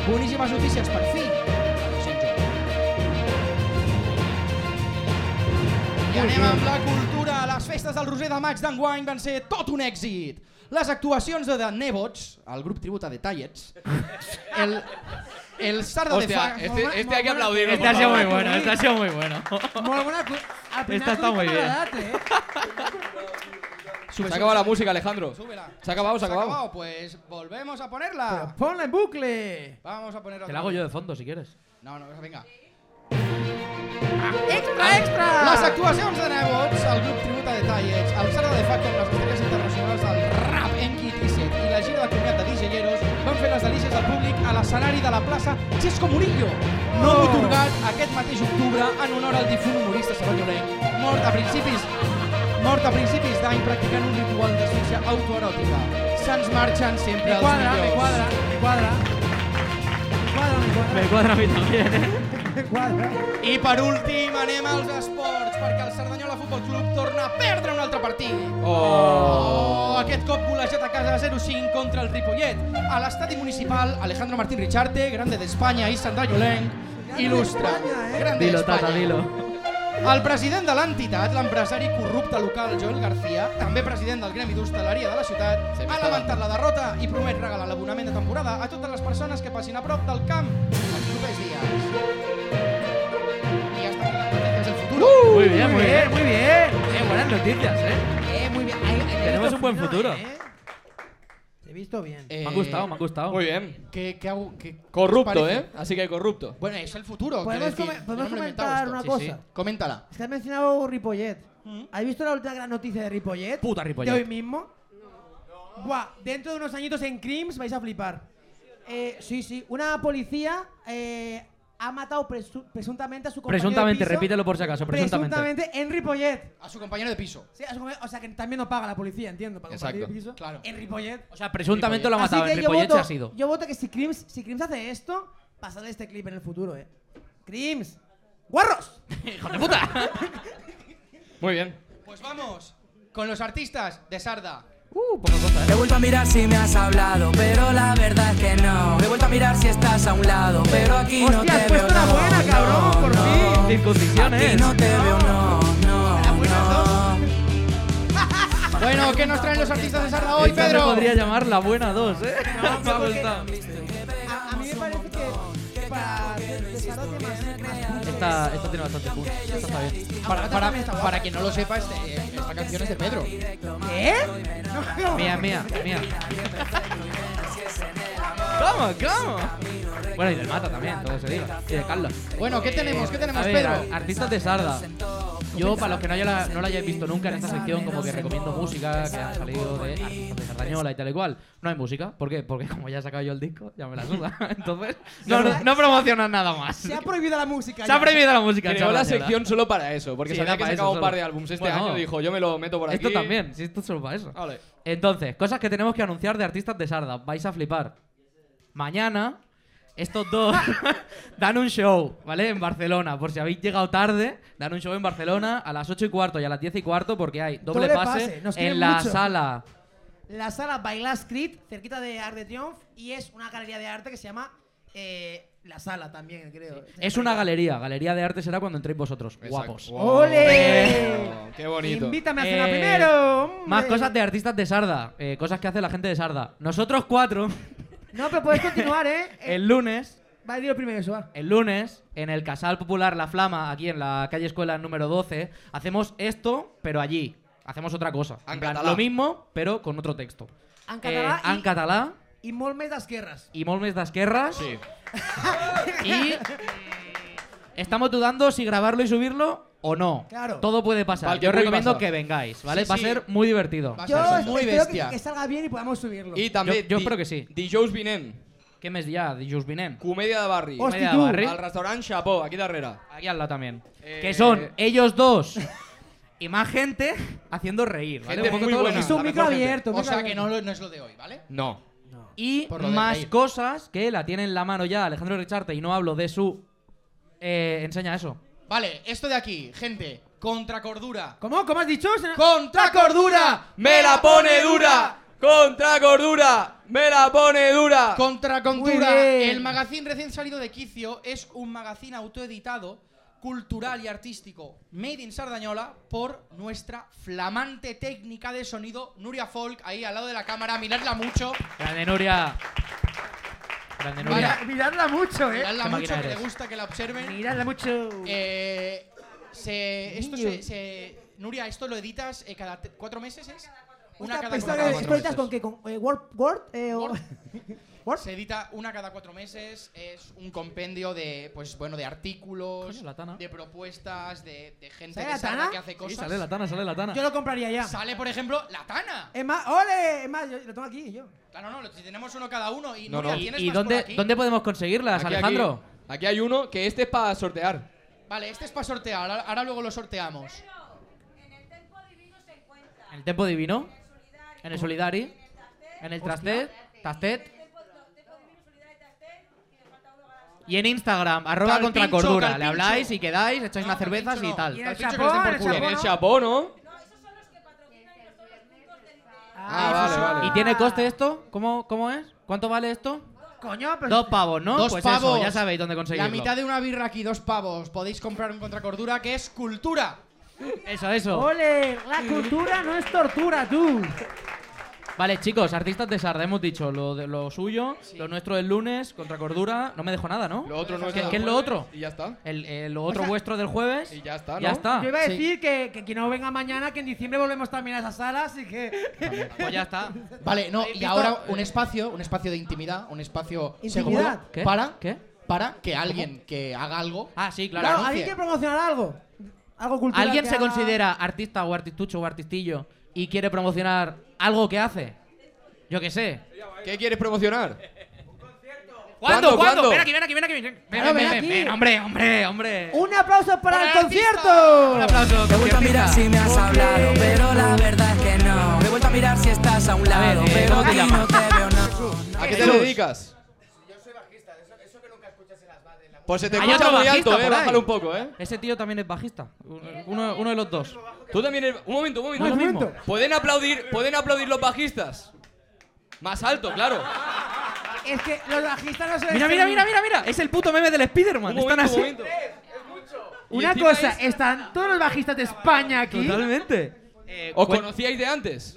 S4: Boníssimes notícies, per fi. Sent jo. I anem amb la cultura. Les festes del Roser de Maig d'enguany van ser tot un èxit.
S2: (laughs)
S4: Les actuacions de The Nebots, el grup tribut a The Tallets, el, El sardo
S2: Hostia,
S4: de fa...
S2: este, este hay que aplaudirlo.
S3: Esta
S2: por
S3: ha sido
S2: favor.
S3: muy buena, esta ha sido muy buena.
S1: Muy buena cu- al final
S3: Esta está
S1: tuviste
S3: muy bien.
S1: maldad, ¿eh?
S2: Se ha acabado la música, Alejandro.
S4: Súbela.
S2: Se ha acabado, se ha acabado.
S4: Pues volvemos a ponerla.
S1: Ponla en bucle.
S4: Vamos a ponerla.
S3: Te la hago yo de fondo si quieres.
S4: No, no, venga.
S1: ¡Extra, extra!
S4: Les actuacions de Nebots, el grup tributa de Tallets, el Sarda de Fac amb les estrelles internacionals del rap Enki T7 i la gira de comiat de DJeros van fer les delícies del públic a l'escenari de la plaça Xesco Murillo, no
S2: Oh.
S4: otorgat aquest mateix octubre en honor al difunt humorista sabanyolenc, mort a principis mort a principis d'any practicant un ritual d'asfixia autoeròtica. Se'ns marxen sempre
S1: Me
S4: els
S1: cuadra,
S4: millors.
S1: me cuadra, me cuadra. Me cuadra, me cuadra.
S3: Me cuadra a mí también, ¿eh?
S1: Me cuadra.
S4: I per últim anem als esports, perquè el Cerdanyola Futbol Club torna a perdre un altre partit. Oh, aquest cop golejat a casa 0-5 contra el Ripollet. A l'estadi municipal, Alejandro Martín Richarte, grande d'Espanya i Cerdanyolenc, il·lustra.
S1: d'Espanya, eh?
S4: Grande
S3: Dilo,
S4: d'Espanya.
S3: tata, dilo.
S4: El president de l'entitat, l'empresari corrupte local Joel García, també president del Gremi d'Hostaleria de la ciutat,
S2: Se
S4: ha
S2: m'està
S4: lamentat la derrota i promet regalar l'abonament de temporada a totes les persones que passin a prop del camp els propers dies. I hasta aquí les noticias del futuro.
S3: Muy bien, muy bien.
S1: muy bien.
S3: Eh, buenas noticias, ¿eh?
S1: Eh, muy bien. Ahí- ahí te he
S3: Tenemos
S1: visto
S3: un buen
S1: fino,
S3: futuro.
S1: eh. Te he visto bien.
S4: Eh,
S3: Me han gustado, me han gustado.
S2: Muy bien.
S4: ¿Qué, qué hago? ¿Qué- qué os
S2: Corrupto,
S4: parece?
S2: ¿eh? Así que corrupto.
S4: Bueno, es el futuro.
S1: Podemos
S4: quiero decir,
S1: come-
S4: yo
S1: podemos
S4: no me lo he inventado
S1: comentar
S4: esto.
S1: una
S4: Sí, sí.
S1: cosa.
S4: Coméntala.
S1: Es que has mencionado Ripollet.
S4: Mm.
S1: ¿Has visto la última gran noticia de Ripollet?
S3: Puta Ripollet.
S1: ¿De hoy mismo? Buah, dentro de unos añitos en Crims vais a flipar. Eh, sí, sí. Una policía eh, ha matado presu- presuntamente a su compañero
S3: Presuntamente,
S1: de piso,
S3: repítelo por si acaso, presuntamente.
S1: Presuntamente en Ripollet.
S4: A su compañero de piso.
S1: Sí, a su compañero- o sea, que también no paga la policía, entiendo, para compartir
S2: Exacto,
S1: piso.
S4: claro.
S1: En Ripollet.
S3: O sea, presuntamente lo ha
S1: Así
S3: matado,
S1: que
S3: el
S1: yo
S3: Ripollet
S1: voto,
S3: se ha
S1: (laughs)
S3: sido.
S1: yo voto que si Crims, si Crims hace esto, pasad este clip en el futuro, eh. Crims. ¡Guarros!
S2: Muy bien.
S4: Pues vamos con los artistas de Sarda.
S10: He vuelto a mirar si me has hablado, pero la verdad es que no. He vuelto a mirar si estás a un lado, pero aquí no
S1: Hostia, pues
S10: te
S1: has puesto
S10: veo.
S1: una
S10: no,
S1: buena,
S10: no,
S1: cabrón, por
S10: no,
S1: fin.
S3: Circuncisión,
S10: Aquí
S3: ¿eh?
S10: no te veo, no, no, no.
S4: Bueno, ¿qué nos traen los artistas de Sarda hoy,
S3: Esta se
S4: Pedro?
S3: podría llamar la buena 2, ¿eh?
S1: No,
S3: (laughs) Me ha
S1: porque-
S3: gustado.
S1: A, a mí me parece que para desarrollar temas más puntos-
S3: Esta, esta tiene bastante punch. Esta está bien.
S4: Para, para, para quien no lo sepa, este- esta canción es de Pedro.
S1: ¿Qué? ¿eh? No,
S3: Mía, mía,
S1: (laughs)
S3: mía. ¿Cómo? ¿Cómo? Bueno, y del Mata también, todo se diga. Y de Carlos.
S4: Bueno, ¿qué tenemos? ¿Qué tenemos,
S3: A ver,
S4: Pedro?
S3: a- artistas de Sarda. Yo, para los que no, haya la- no la hayáis visto nunca en esta sección, como que recomiendo música que ha salido de artistas de Sardañola y tal y cual. No hay música. ¿Por qué? Porque como ya he sacado yo el disco, ya me la suda. (laughs) Entonces, no, no, no promocionan nada más.
S1: Se ha prohibido la música.
S3: Se ha
S1: ya.
S3: prohibido la música. en
S2: Creó la
S3: Sardañola.
S2: sección solo para eso, porque
S3: Sí,
S2: sabía
S3: era
S2: que
S3: para
S2: sacaba
S3: eso
S2: un par
S3: solo.
S2: de álbums este
S3: Bueno.
S2: año y dijo, yo me lo meto por aquí.
S3: Esto también, si esto es solo para eso.
S2: Vale.
S3: Entonces, cosas que tenemos que anunciar de artistas de Sarda. Vais a flipar. Mañana, estos dos (laughs) dan un show, ¿vale? En Barcelona. Por si habéis llegado tarde, dan un show en Barcelona a las 8 y cuarto y a las 10 y cuarto porque hay doble,
S1: Doble
S3: pase,
S1: pase, nos quieren
S3: en la
S1: mucho.
S3: sala.
S1: La sala Bailas Creed, cerquita de Art de Triumph, y es una galería de arte que se llama eh, La Sala también, creo.
S3: Es una galería. Galería de arte será cuando entréis vosotros.
S2: Exacto.
S3: Guapos.
S2: Guau.
S1: ¡Ole!
S2: Qué bonito.
S1: Invítame a cenar
S3: Eh,
S1: primero. hombre.
S3: Más cosas de artistas de Sarda. eh, cosas que hace la gente de Sarda. Nosotros cuatro,
S1: (laughs) No, pero puedes continuar, ¿eh?
S3: (laughs) el lunes,
S1: Va a decir primero, eso va.
S3: El lunes, en el Casal Popular La Flama, aquí en la calle Escuela número 12, hacemos esto, pero allí. Hacemos otra cosa.
S2: En
S3: En plan,
S2: català.
S3: lo mismo, pero con otro texto.
S1: En català
S3: Eh, en
S1: i-
S3: català
S1: Y Molmes las guerras.
S3: y Molmes das Guerras.
S2: Sí.
S3: Y estamos dudando si grabarlo y subirlo o no.
S1: Claro.
S3: Todo puede pasar.
S2: Pa'l que
S3: Yo
S2: pugui
S3: recomiendo
S2: passar.
S3: que vengáis, ¿vale?
S4: Sí,
S3: Va a
S4: sí.
S3: ser muy divertido.
S4: Va a
S1: Yo
S4: ser
S1: espero
S4: muy
S1: que-
S4: bestia.
S1: Que, salga bien y podamos subirlo.
S2: I també...
S3: Jo- jo
S2: Di-
S3: espero que sí.
S2: Dijous vinent,
S3: ¿Qué mes ya? Dijous vinent.
S2: comèdia de barri.
S1: Hosti,
S3: Comèdia de
S1: tu.
S3: barri.
S2: Al restaurant Chapó, aquí darrere.
S3: Aquí al lado también.
S2: Eh,
S3: Que son ellos dos y más gente haciendo reír, ¿vale?
S2: Gente
S3: Un poco
S2: muy
S3: todo lo
S2: buena.
S3: mismo.
S1: es un
S2: la
S1: micro
S2: mejor gente.
S1: abierto.
S4: O
S1: micro
S4: sea que
S1: abierto.
S4: no, lo- no es lo de hoy, ¿vale?
S2: No.
S3: Y
S4: Por lo de
S3: más
S4: reír.
S3: cosas que la tiene en la mano ya Alejandro Richarte y no hablo de su... Eh, enseña eso.
S4: Vale, esto de aquí, gente, contra cordura.
S1: ¿Cómo? ¿Cómo has dicho? Se-
S4: ¡Contra cordura!
S2: ¡Me la pone dura! ¡Contra cordura! ¡Me la pone dura!
S4: Contra
S1: Muy
S4: Contura,
S1: bien.
S4: el magazine recién salido de Quicio es un magazine autoeditado, cultural y artístico, made in Sardañola, por nuestra flamante técnica de
S3: ¿Eh?
S4: sonido, Nuria Folk, ahí al lado de la cámara, miradla mucho.
S3: Grande Nuria. Grande
S4: Vale.
S3: Nuria.
S1: Mira- miradla mucho, eh.
S4: Miradla
S3: Qué
S4: mucho,
S3: máquina
S4: que le
S3: eres.
S4: gusta que la observen.
S1: Miradla mucho.
S4: Eh, se, esto
S11: Niño.
S4: se, se- Nuria, esto lo editas eh, cada te- cuatro meses, ¿es?
S1: Una
S4: cada
S1: pestaña
S4: cuatro
S1: de-
S4: meses.
S1: ¿Conectas con qué? ¿Con eh, Word? Word, eh, o-
S4: Word.
S1: Word?
S4: Se edita una cada cuatro meses, es un compendio de, pues bueno, de artículos,
S3: Coño, la tana.
S4: de propuestas, de, de gente
S1: ¿Sale
S4: de
S1: la
S4: Sala
S1: tana?
S4: que hace
S3: Sí,
S4: cosas.
S3: sale la tana, sale la
S1: (laughs)
S3: tana.
S1: Yo lo compraría ya.
S4: Sale, por ejemplo, la Tana.
S1: Es más, ¡ole! Es más, yo lo tengo aquí yo.
S4: Claro, no, lo- si tenemos uno cada uno y
S2: No,
S4: Nuria,
S2: no.
S4: ¿tienes
S3: ¿Y
S4: más por
S3: dónde,
S4: aquí?
S3: dónde podemos conseguirlas,
S2: Aquí,
S3: Alejandro?
S2: Aquí, aquí hay uno que este es para sortear.
S4: Vale, este es para sortear, ahora, ahora luego lo sorteamos.
S3: En el Tempo Divino, en el Solidari, en el Trastet, Tastet. Y en Instagram, arroba
S4: Calpincho,
S3: contracordura. Le
S4: calpincho.
S3: habláis y quedáis, echáis
S4: No,
S3: unas cervezas
S1: Y
S3: y
S4: calpincho no.
S1: en
S3: tal.
S1: el
S4: Calpincho que les den
S1: chapón,
S4: por
S1: el
S4: culo.
S2: En el
S1: chapón.
S2: chapó, ¿no? Ah, vale, vale.
S3: ¿Y tiene coste esto? ¿Cómo, cómo es? ¿Cuánto vale esto?
S1: Coño, pero.
S3: Dos pavos, ¿no?
S4: Dos
S3: pues
S4: pavos.
S3: Eso, ya sabéis dónde conseguirlo.
S4: La mitad de una birra aquí, dos pavos. Podéis comprar un contracordura que es cultura.
S3: Eso, eso.
S1: ¡Ole! La cultura no es tortura, tú.
S3: Vale, chicos, artistas de Sarda, hemos dicho lo, de, lo suyo, lo nuestro el lunes, contracordura. No me dejo nada, ¿no?
S2: Lo otro no
S3: ¿Qué, qué es lo otro?
S2: Y ya está.
S3: El, eh, lo otro vuestro del jueves.
S2: Y ya está, ¿no?
S3: Ya está.
S1: Yo iba a
S4: sí.
S1: decir que, que, que no venga mañana, que en diciembre volvemos también a esa sala, así que.
S3: Pues ya (laughs) está.
S4: Vale, no, y
S3: visto,
S4: ahora un espacio, un espacio de intimidad, un espacio
S1: ¿Intimidad?
S4: seguro
S3: ¿Qué?
S4: para
S3: ¿Qué?
S4: para que alguien que haga algo
S3: Ah, sí, claro.
S1: Claro,
S4: anuncie.
S1: hay que promocionar algo. Algo cultural.
S3: ¿Alguien
S1: que
S3: se
S1: haga-
S3: considera artista o artistucho o artistillo y quiere promocionar algo que hace? Yo qué sé.
S2: ¿Qué quieres promocionar?
S3: ¿Cuándo?
S2: ¿Cuándo?
S3: ¿Cuándo?
S2: ¿Cuándo?
S3: Ven aquí, ven aquí, ven aquí. Ven, ven,
S1: Claro,
S3: ven,
S1: ven
S3: ven,
S1: aquí.
S3: ven, hombre, hombre, hombre.
S1: ¡Un aplauso para el
S4: ¡Para el
S1: concierto!
S3: Un aplauso.
S10: Te he vuelto a mirar
S3: conciertista.
S10: si me has
S1: Ok.
S10: hablado, pero la verdad es que no. Te he vuelto a mirar si estás a un lado,
S3: ver, eh,
S10: pero
S3: ¿cómo te
S10: aquí
S3: llamas?
S10: no te veo no.
S2: ¿A qué te
S3: Jesús.
S2: dedicas? Pues se te
S3: Hay
S2: escucha
S3: otro
S2: muy
S3: Ah, bajista
S2: alto, eh.
S3: por ahí.
S2: Bájalo un poco, eh.
S3: Ese tío también es bajista. Uno, uno de los dos.
S2: Tú también eres... Un momento, un momento.
S3: No, lo mismo.
S2: ¿Pueden aplaudir, ¿Pueden aplaudir los bajistas? Más alto, claro.
S1: Es que los bajistas no se
S3: Mira, mira, mira, mira, mira. Es el puto meme del Spider-Man.
S2: Un
S3: Están
S2: momento, un
S3: así.
S2: momento. Y
S1: Una
S2: encima
S1: cosa,
S2: es-
S1: están todos los bajistas de España aquí.
S3: Totalmente. Eh,
S2: ¿Os
S3: cuen-
S2: conocíais de antes?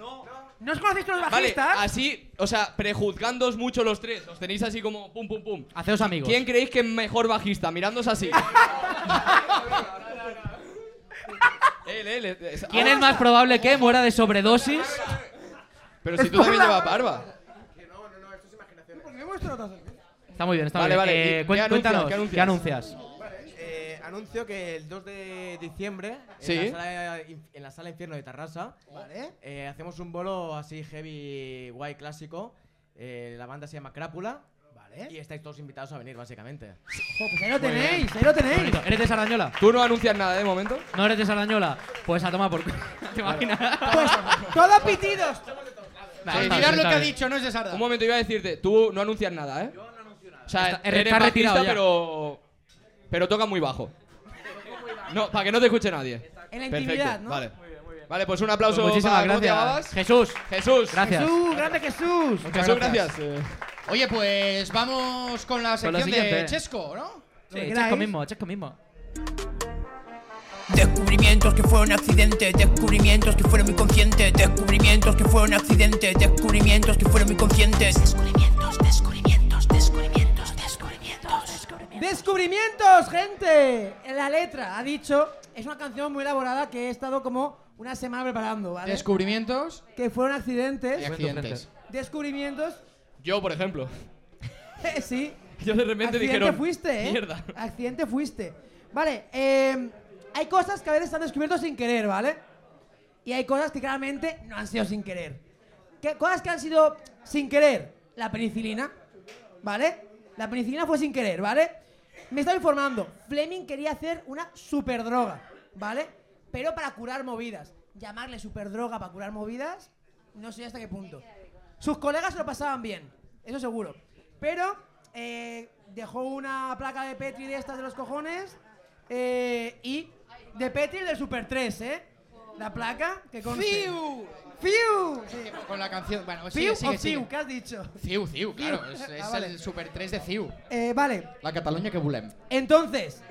S1: ¿No os conocéis todos los
S2: Vale, ah,
S1: bajistas?
S2: así, o sea, prejuzgándoos mucho los tres. Os tenéis así como pum, pum, pum.
S3: Haceos amigos.
S2: ¿Quién creéis que es mejor bajista? Mirándos
S3: (laughs)
S2: así. él, él. es-
S3: ¿Quién es más probable que muera de sobredosis?
S2: Pero si tú también llevas barba.
S1: Porque me muestro otras veces.
S3: Está muy bien, está
S2: Vale,
S3: muy
S2: vale,
S3: bien.
S2: ¿y
S3: Eh,
S2: qué
S3: cuen-
S2: anuncias?
S3: cuéntanos,
S2: ¿Qué anuncias?
S3: ¿qué anuncias?
S11: Eh, anuncio que el 2 de diciembre, en,
S2: Sí.
S11: la, sala, en la sala Infierno de Tarrasa,
S1: Vale.
S11: eh, hacemos un bolo así heavy, guay, clásico. Eh, la banda se llama Crápula
S1: Vale.
S11: y estáis todos invitados a venir, básicamente.
S1: Jo, pues ahí lo tenéis, ahí lo tenéis.
S3: Bonito. ¿Eres de Sardañola?
S2: ¿Tú no anuncias nada de momento?
S3: ¿No eres de Sardañola? Pues a tomar por culo. (laughs) ¿Te imaginas?
S1: Pues todos pitidos.
S2: (laughs)
S3: Vale, está
S4: Olvidar
S3: bien,
S4: lo que
S3: está
S4: ha
S3: bien.
S4: dicho, no es de Sarda.
S2: Un momento, iba a decirte, tú no anuncias nada, ¿eh? Yo no anuncio nada. O sea,
S3: Está-
S2: eres
S3: está retirado
S2: bajista,
S3: ya.
S2: pero. Pero toca muy bajo. No, para que no te escuche nadie.
S1: En la
S2: Perfecto,
S1: intimidad, ¿no?
S2: Vale. Vale, pues un aplauso.
S3: Pues muchísimas
S2: para- ¿cómo te
S3: gracias.
S2: llamabas?
S3: Jesús,
S2: Jesús.
S3: gracias.
S1: Jesús, grande Jesús.
S2: Jesús, gracias. Eh,
S4: Oye, pues vamos con la
S3: Con lo
S4: sección de
S3: siguiente.
S4: Chesco, ¿no?
S1: Lo que
S3: Sí,
S1: queráis.
S3: chesco mismo, chesco mismo.
S10: Descubrimientos que fueron accidentes, descubrimientos que fueron inconscientes, descubrimientos que fueron accidentes, descubrimientos que fueron inconscientes. Descubrimientos, descubrimientos, descubrimientos, descubrimientos, descubrimientos.
S1: Descubrimientos, gente. En La letra ha dicho, es una canción muy elaborada que he estado como una semana preparando, ¿vale?
S4: Descubrimientos
S1: que fueron accidentes,
S4: y accidentes.
S1: descubrimientos, (laughs)
S2: Yo, por ejemplo. (laughs)
S1: eh, sí.
S2: Yo de repente
S1: Accidente
S2: dijeron.
S1: fuiste, ¿eh?
S2: Mierda.
S1: Accidente fuiste. Vale, eh, hay cosas que a veces se han descubierto sin querer, ¿vale? Y hay cosas que claramente no han sido sin querer. ¿Qué, cosas que han sido sin querer. La penicilina, ¿vale? La penicilina fue sin querer, ¿vale? Me estaba informando. Fleming quería hacer una superdroga, ¿vale? Pero para curar movidas. Llamarle superdroga para curar movidas, no sé hasta qué punto. Sus colegas se lo pasaban bien, eso seguro. Pero eh, dejó una placa de Petri de estas de los cojones eh, y de Petri del Super 3, ¿eh? La placa que conste.
S4: ¡Fiu!
S1: ¡Fiu! Sí.
S4: Con la canción. Bueno,
S1: ¿Fiu
S4: sigue,
S1: o
S4: sigue, sigue.
S1: fiu? ¿Qué has dicho?
S4: Ciu, Ciu, claro. Es, es
S1: Ah, vale.
S4: el Super 3 de Ciu.
S1: Eh, vale,
S4: La Cataluña que bulem.
S1: entonces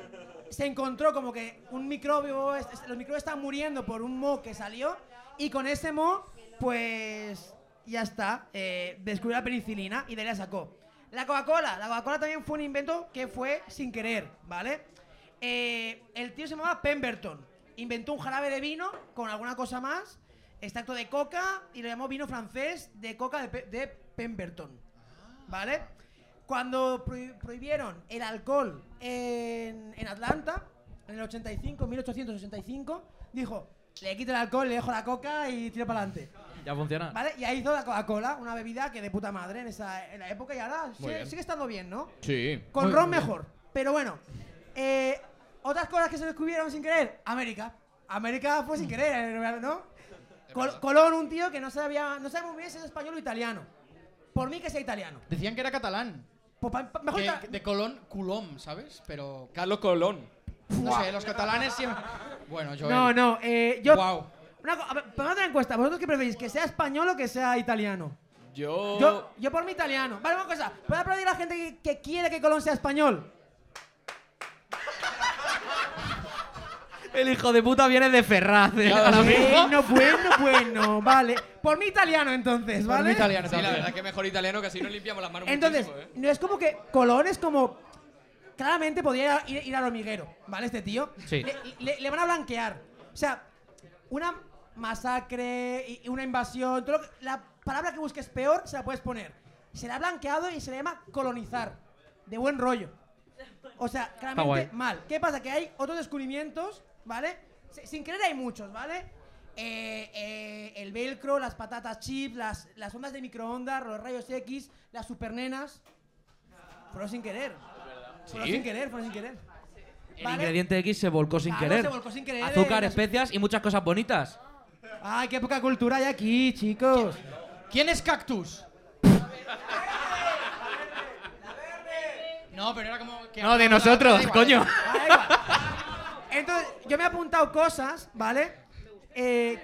S1: se encontró como que un microbio, es- es- los microbios estaban muriendo por un moho que salió y con ese moho, pues ya está, eh, descubrió la penicilina y de ahí la sacó. La Coca-Cola. La Coca-Cola también fue un invento que fue sin querer, ¿vale? Eh, el tío se llamaba Pemberton. Inventó un jarabe de vino con alguna cosa más, extracto de coca, y lo llamó vino francés de coca de, Pe- de Pemberton. ¿Vale? Cuando prohi- prohibieron el alcohol en, en Atlanta, en el 85, 1885, dijo, le quito el alcohol, le dejo la coca y tiro para adelante.
S3: Ya funciona.
S1: ¿Vale? Y ahí hizo la Coca-Cola, una bebida que de puta madre en, esa, en la época y ahora
S3: Muy
S1: sigue,
S3: bien.
S1: sigue estando bien, ¿no?
S3: Sí.
S1: Con ron mejor. Pero bueno, eh, otras cosas que se descubrieron sin querer. América. América fue sin querer, eh,
S3: (laughs)
S1: ¿no? Col- Colón, un tío que no sabía, no sabemos bien si es español o italiano. Por mí que sea italiano.
S4: Decían que era catalán.
S1: Pues pa- pa- mejor
S4: Que-
S1: ta-
S4: de Colón, Culom, ¿sabes? Pero.
S2: Carlos Colón.
S4: No sé, los catalanes siempre. Bueno, yo.
S1: No, no, eh, yo...
S4: Guau.
S1: Una co- a ver, pongad una encuesta, ¿vosotros qué preferís? ¿Que sea español o que sea italiano?
S2: Yo.
S1: Yo, yo por mi italiano. Vale, una cosa. ¿Puede aplaudir a la gente que, que quiere que Colón sea español?
S3: El hijo de puta viene de Ferraz. ¿eh? Ahora mismo.
S1: Bueno, bueno, bueno. Vale. Por mi italiano, entonces,
S4: Por
S1: ¿vale?
S4: mí italiano
S2: Sí, la
S4: también.
S2: verdad que mejor italiano que así nos limpiamos las manos
S1: Entonces,
S2: muchísimo, ¿eh?
S1: no es como que Colón es como. Claramente podría ir, ir al hormiguero, ¿vale? Este tío.
S3: Sí.
S1: Le, le- le van a blanquear. O sea, una masacre, y- y una invasión, todo lo que- la palabra que busques peor se la puedes poner. Se la ha blanqueado y se le llama colonizar. De buen rollo. O sea,
S3: guay.
S1: claramente mal. ¿Qué pasa? Que hay otros descubrimientos, ¿vale? Si- Sin querer hay muchos, ¿vale? Eh, eh, el velcro, las patatas chips, las, las ondas de microondas, los rayos X, las supernenas. Fueron sin querer. Fueron sin querer, fueron sin querer.
S3: El
S1: ¿Vale?
S3: ingrediente X se volcó sin
S1: Claro,
S3: querer.
S1: se volcó sin querer,
S3: Azúcar,
S1: eh,
S3: especias y muchas cosas bonitas.
S1: Ay, qué poca cultura hay aquí, chicos.
S4: ¿Quién es Cactus? No, pero era como. que-
S3: No, de
S4: da
S3: nosotros,
S4: igual.
S3: coño.
S1: Ah, da igual. Entonces, yo me he apuntado cosas, ¿vale? Eh,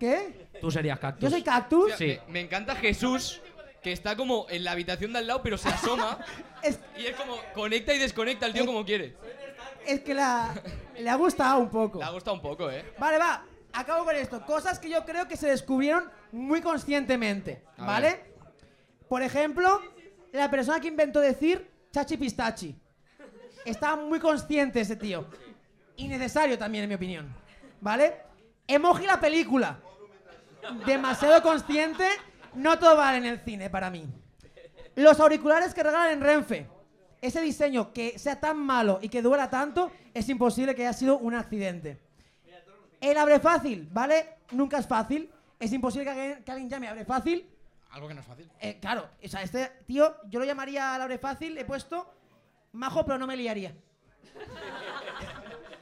S1: ¿Qué?
S3: Tú serías cactus.
S1: ¿Yo soy cactus?
S2: Hostia,
S3: Sí.
S2: Me, me encanta Jesús, que está como en la habitación de al lado, pero se asoma.
S1: Es,
S2: y es como conecta y desconecta el tío como quiere.
S1: es que la, le ha gustado un poco.
S2: Le ha gustado un poco, ¿eh?
S1: Vale, va. Acabo con esto. Cosas que yo creo que se descubrieron muy conscientemente.
S2: A
S1: ¿Vale?
S2: ver.
S1: Por ejemplo, la persona que inventó decir chachi pistachi. Estaba muy consciente ese tío. Innecesario también, en mi opinión. ¿Vale? Emoji la película. Demasiado consciente. No todo vale en el cine para mí. Los auriculares que regalan en Renfe. Ese diseño que sea tan malo y que duela tanto, es imposible que haya sido un accidente. El abre fácil, ¿vale? Nunca es fácil. Es imposible que alguien, que alguien llame abre fácil.
S4: Algo que no es fácil.
S1: Eh, claro, o sea, este tío, yo lo llamaría al abre fácil, he puesto majo, pero no me
S4: (laughs)
S1: liaría.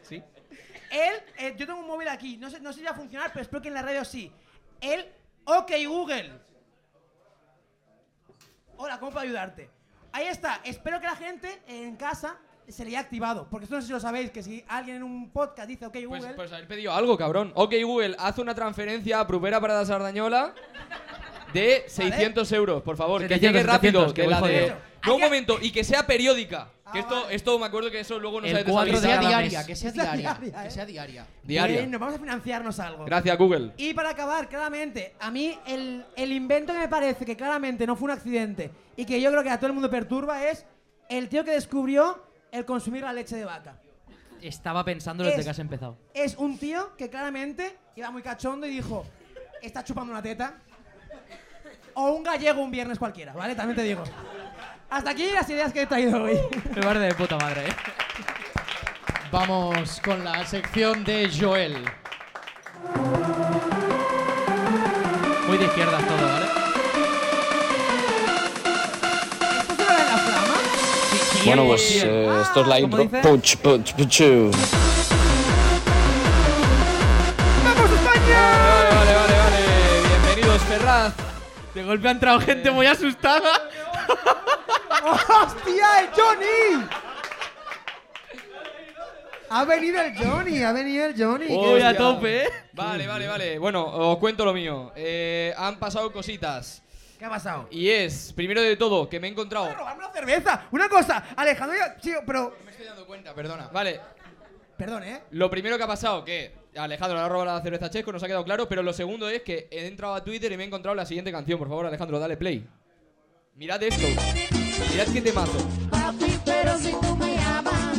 S2: Sí.
S1: Él, eh, yo tengo un móvil aquí, no sé, no sé si va a funcionar, pero espero que en la radio sí. Él, ok Google. Hola, ¿cómo puedo ayudarte? Ahí está, espero que la gente en casa se le haya activado, porque esto no sé si lo sabéis, que si alguien en un podcast dice ok Google...
S2: Pues, pues haber pedido algo, cabrón. Ok, Google, haz una transferencia a Prupera Parada Sardañola de 600 euros, por favor. que
S3: 700,
S2: llegue rápido.
S3: 700, que
S2: que
S3: voy
S2: la de-
S3: jodido.
S2: No,
S1: Hay
S2: un
S1: que-
S2: momento, y que sea periódica.
S1: Ah,
S2: que esto,
S1: vale.
S2: esto me acuerdo que eso luego no
S3: El
S2: sabes
S3: cuatro
S4: Que
S3: de
S4: sea
S3: cada
S4: diaria,
S3: mes.
S4: que sea
S1: Es la
S4: diaria.
S1: diaria,
S4: Que
S1: eh.
S4: sea diaria.
S2: Diaria.
S1: Bien, nos vamos a financiarnos algo.
S2: Gracias, Google.
S1: Y para acabar, claramente, a mí el, el invento que me parece que claramente no fue un accidente y que yo creo que a todo el mundo perturba es el tío que descubrió el consumir la leche de vaca.
S3: Estaba pensando desde
S1: Es-
S3: que has empezado.
S1: Es un tío que claramente iba muy cachondo y dijo, está chupando una teta. O un gallego un viernes cualquiera, ¿vale? También te digo. Hasta aquí las ideas que he traído hoy.
S3: Me parece de puta madre, ¿eh?
S4: Vamos con la sección de Joel.
S3: Muy de izquierdas todo, ¿vale?
S1: ¿Esto se lo da en la flama?
S3: Bueno, pues esto es la intro. Punch, punch, punch.
S2: Vale, vale, vale, vale. Bienvenidos, Ferraz.
S3: De golpe ha entrado gente muy asustada.
S1: ¡Hostia, el Johnny! Ha venido el Johnny, ha venido el Johnny. qué
S3: Voy a
S2: Hostia.
S3: tope, ¿eh?
S2: Vale, vale, vale. Bueno, os cuento lo mío. Eh, han pasado cositas.
S1: ¿Qué ha pasado?
S2: Y es, primero de todo, que me he encontrado.
S1: robarme una cerveza. Una cosa, Alejandro, yo, tío, pero.
S4: Me estoy dando cuenta, perdona.
S2: Vale,
S1: Perdón, ¿eh?
S2: Lo primero que ha pasado, que Alejandro le ha robado la cerveza a Chesco, nos ha quedado claro, pero lo segundo es que he entrado a Twitter y me he encontrado la siguiente canción. Por favor, Alejandro, dale play. Mirad esto. Mirad qué temazo.
S12: Papi, pero si tú me amas,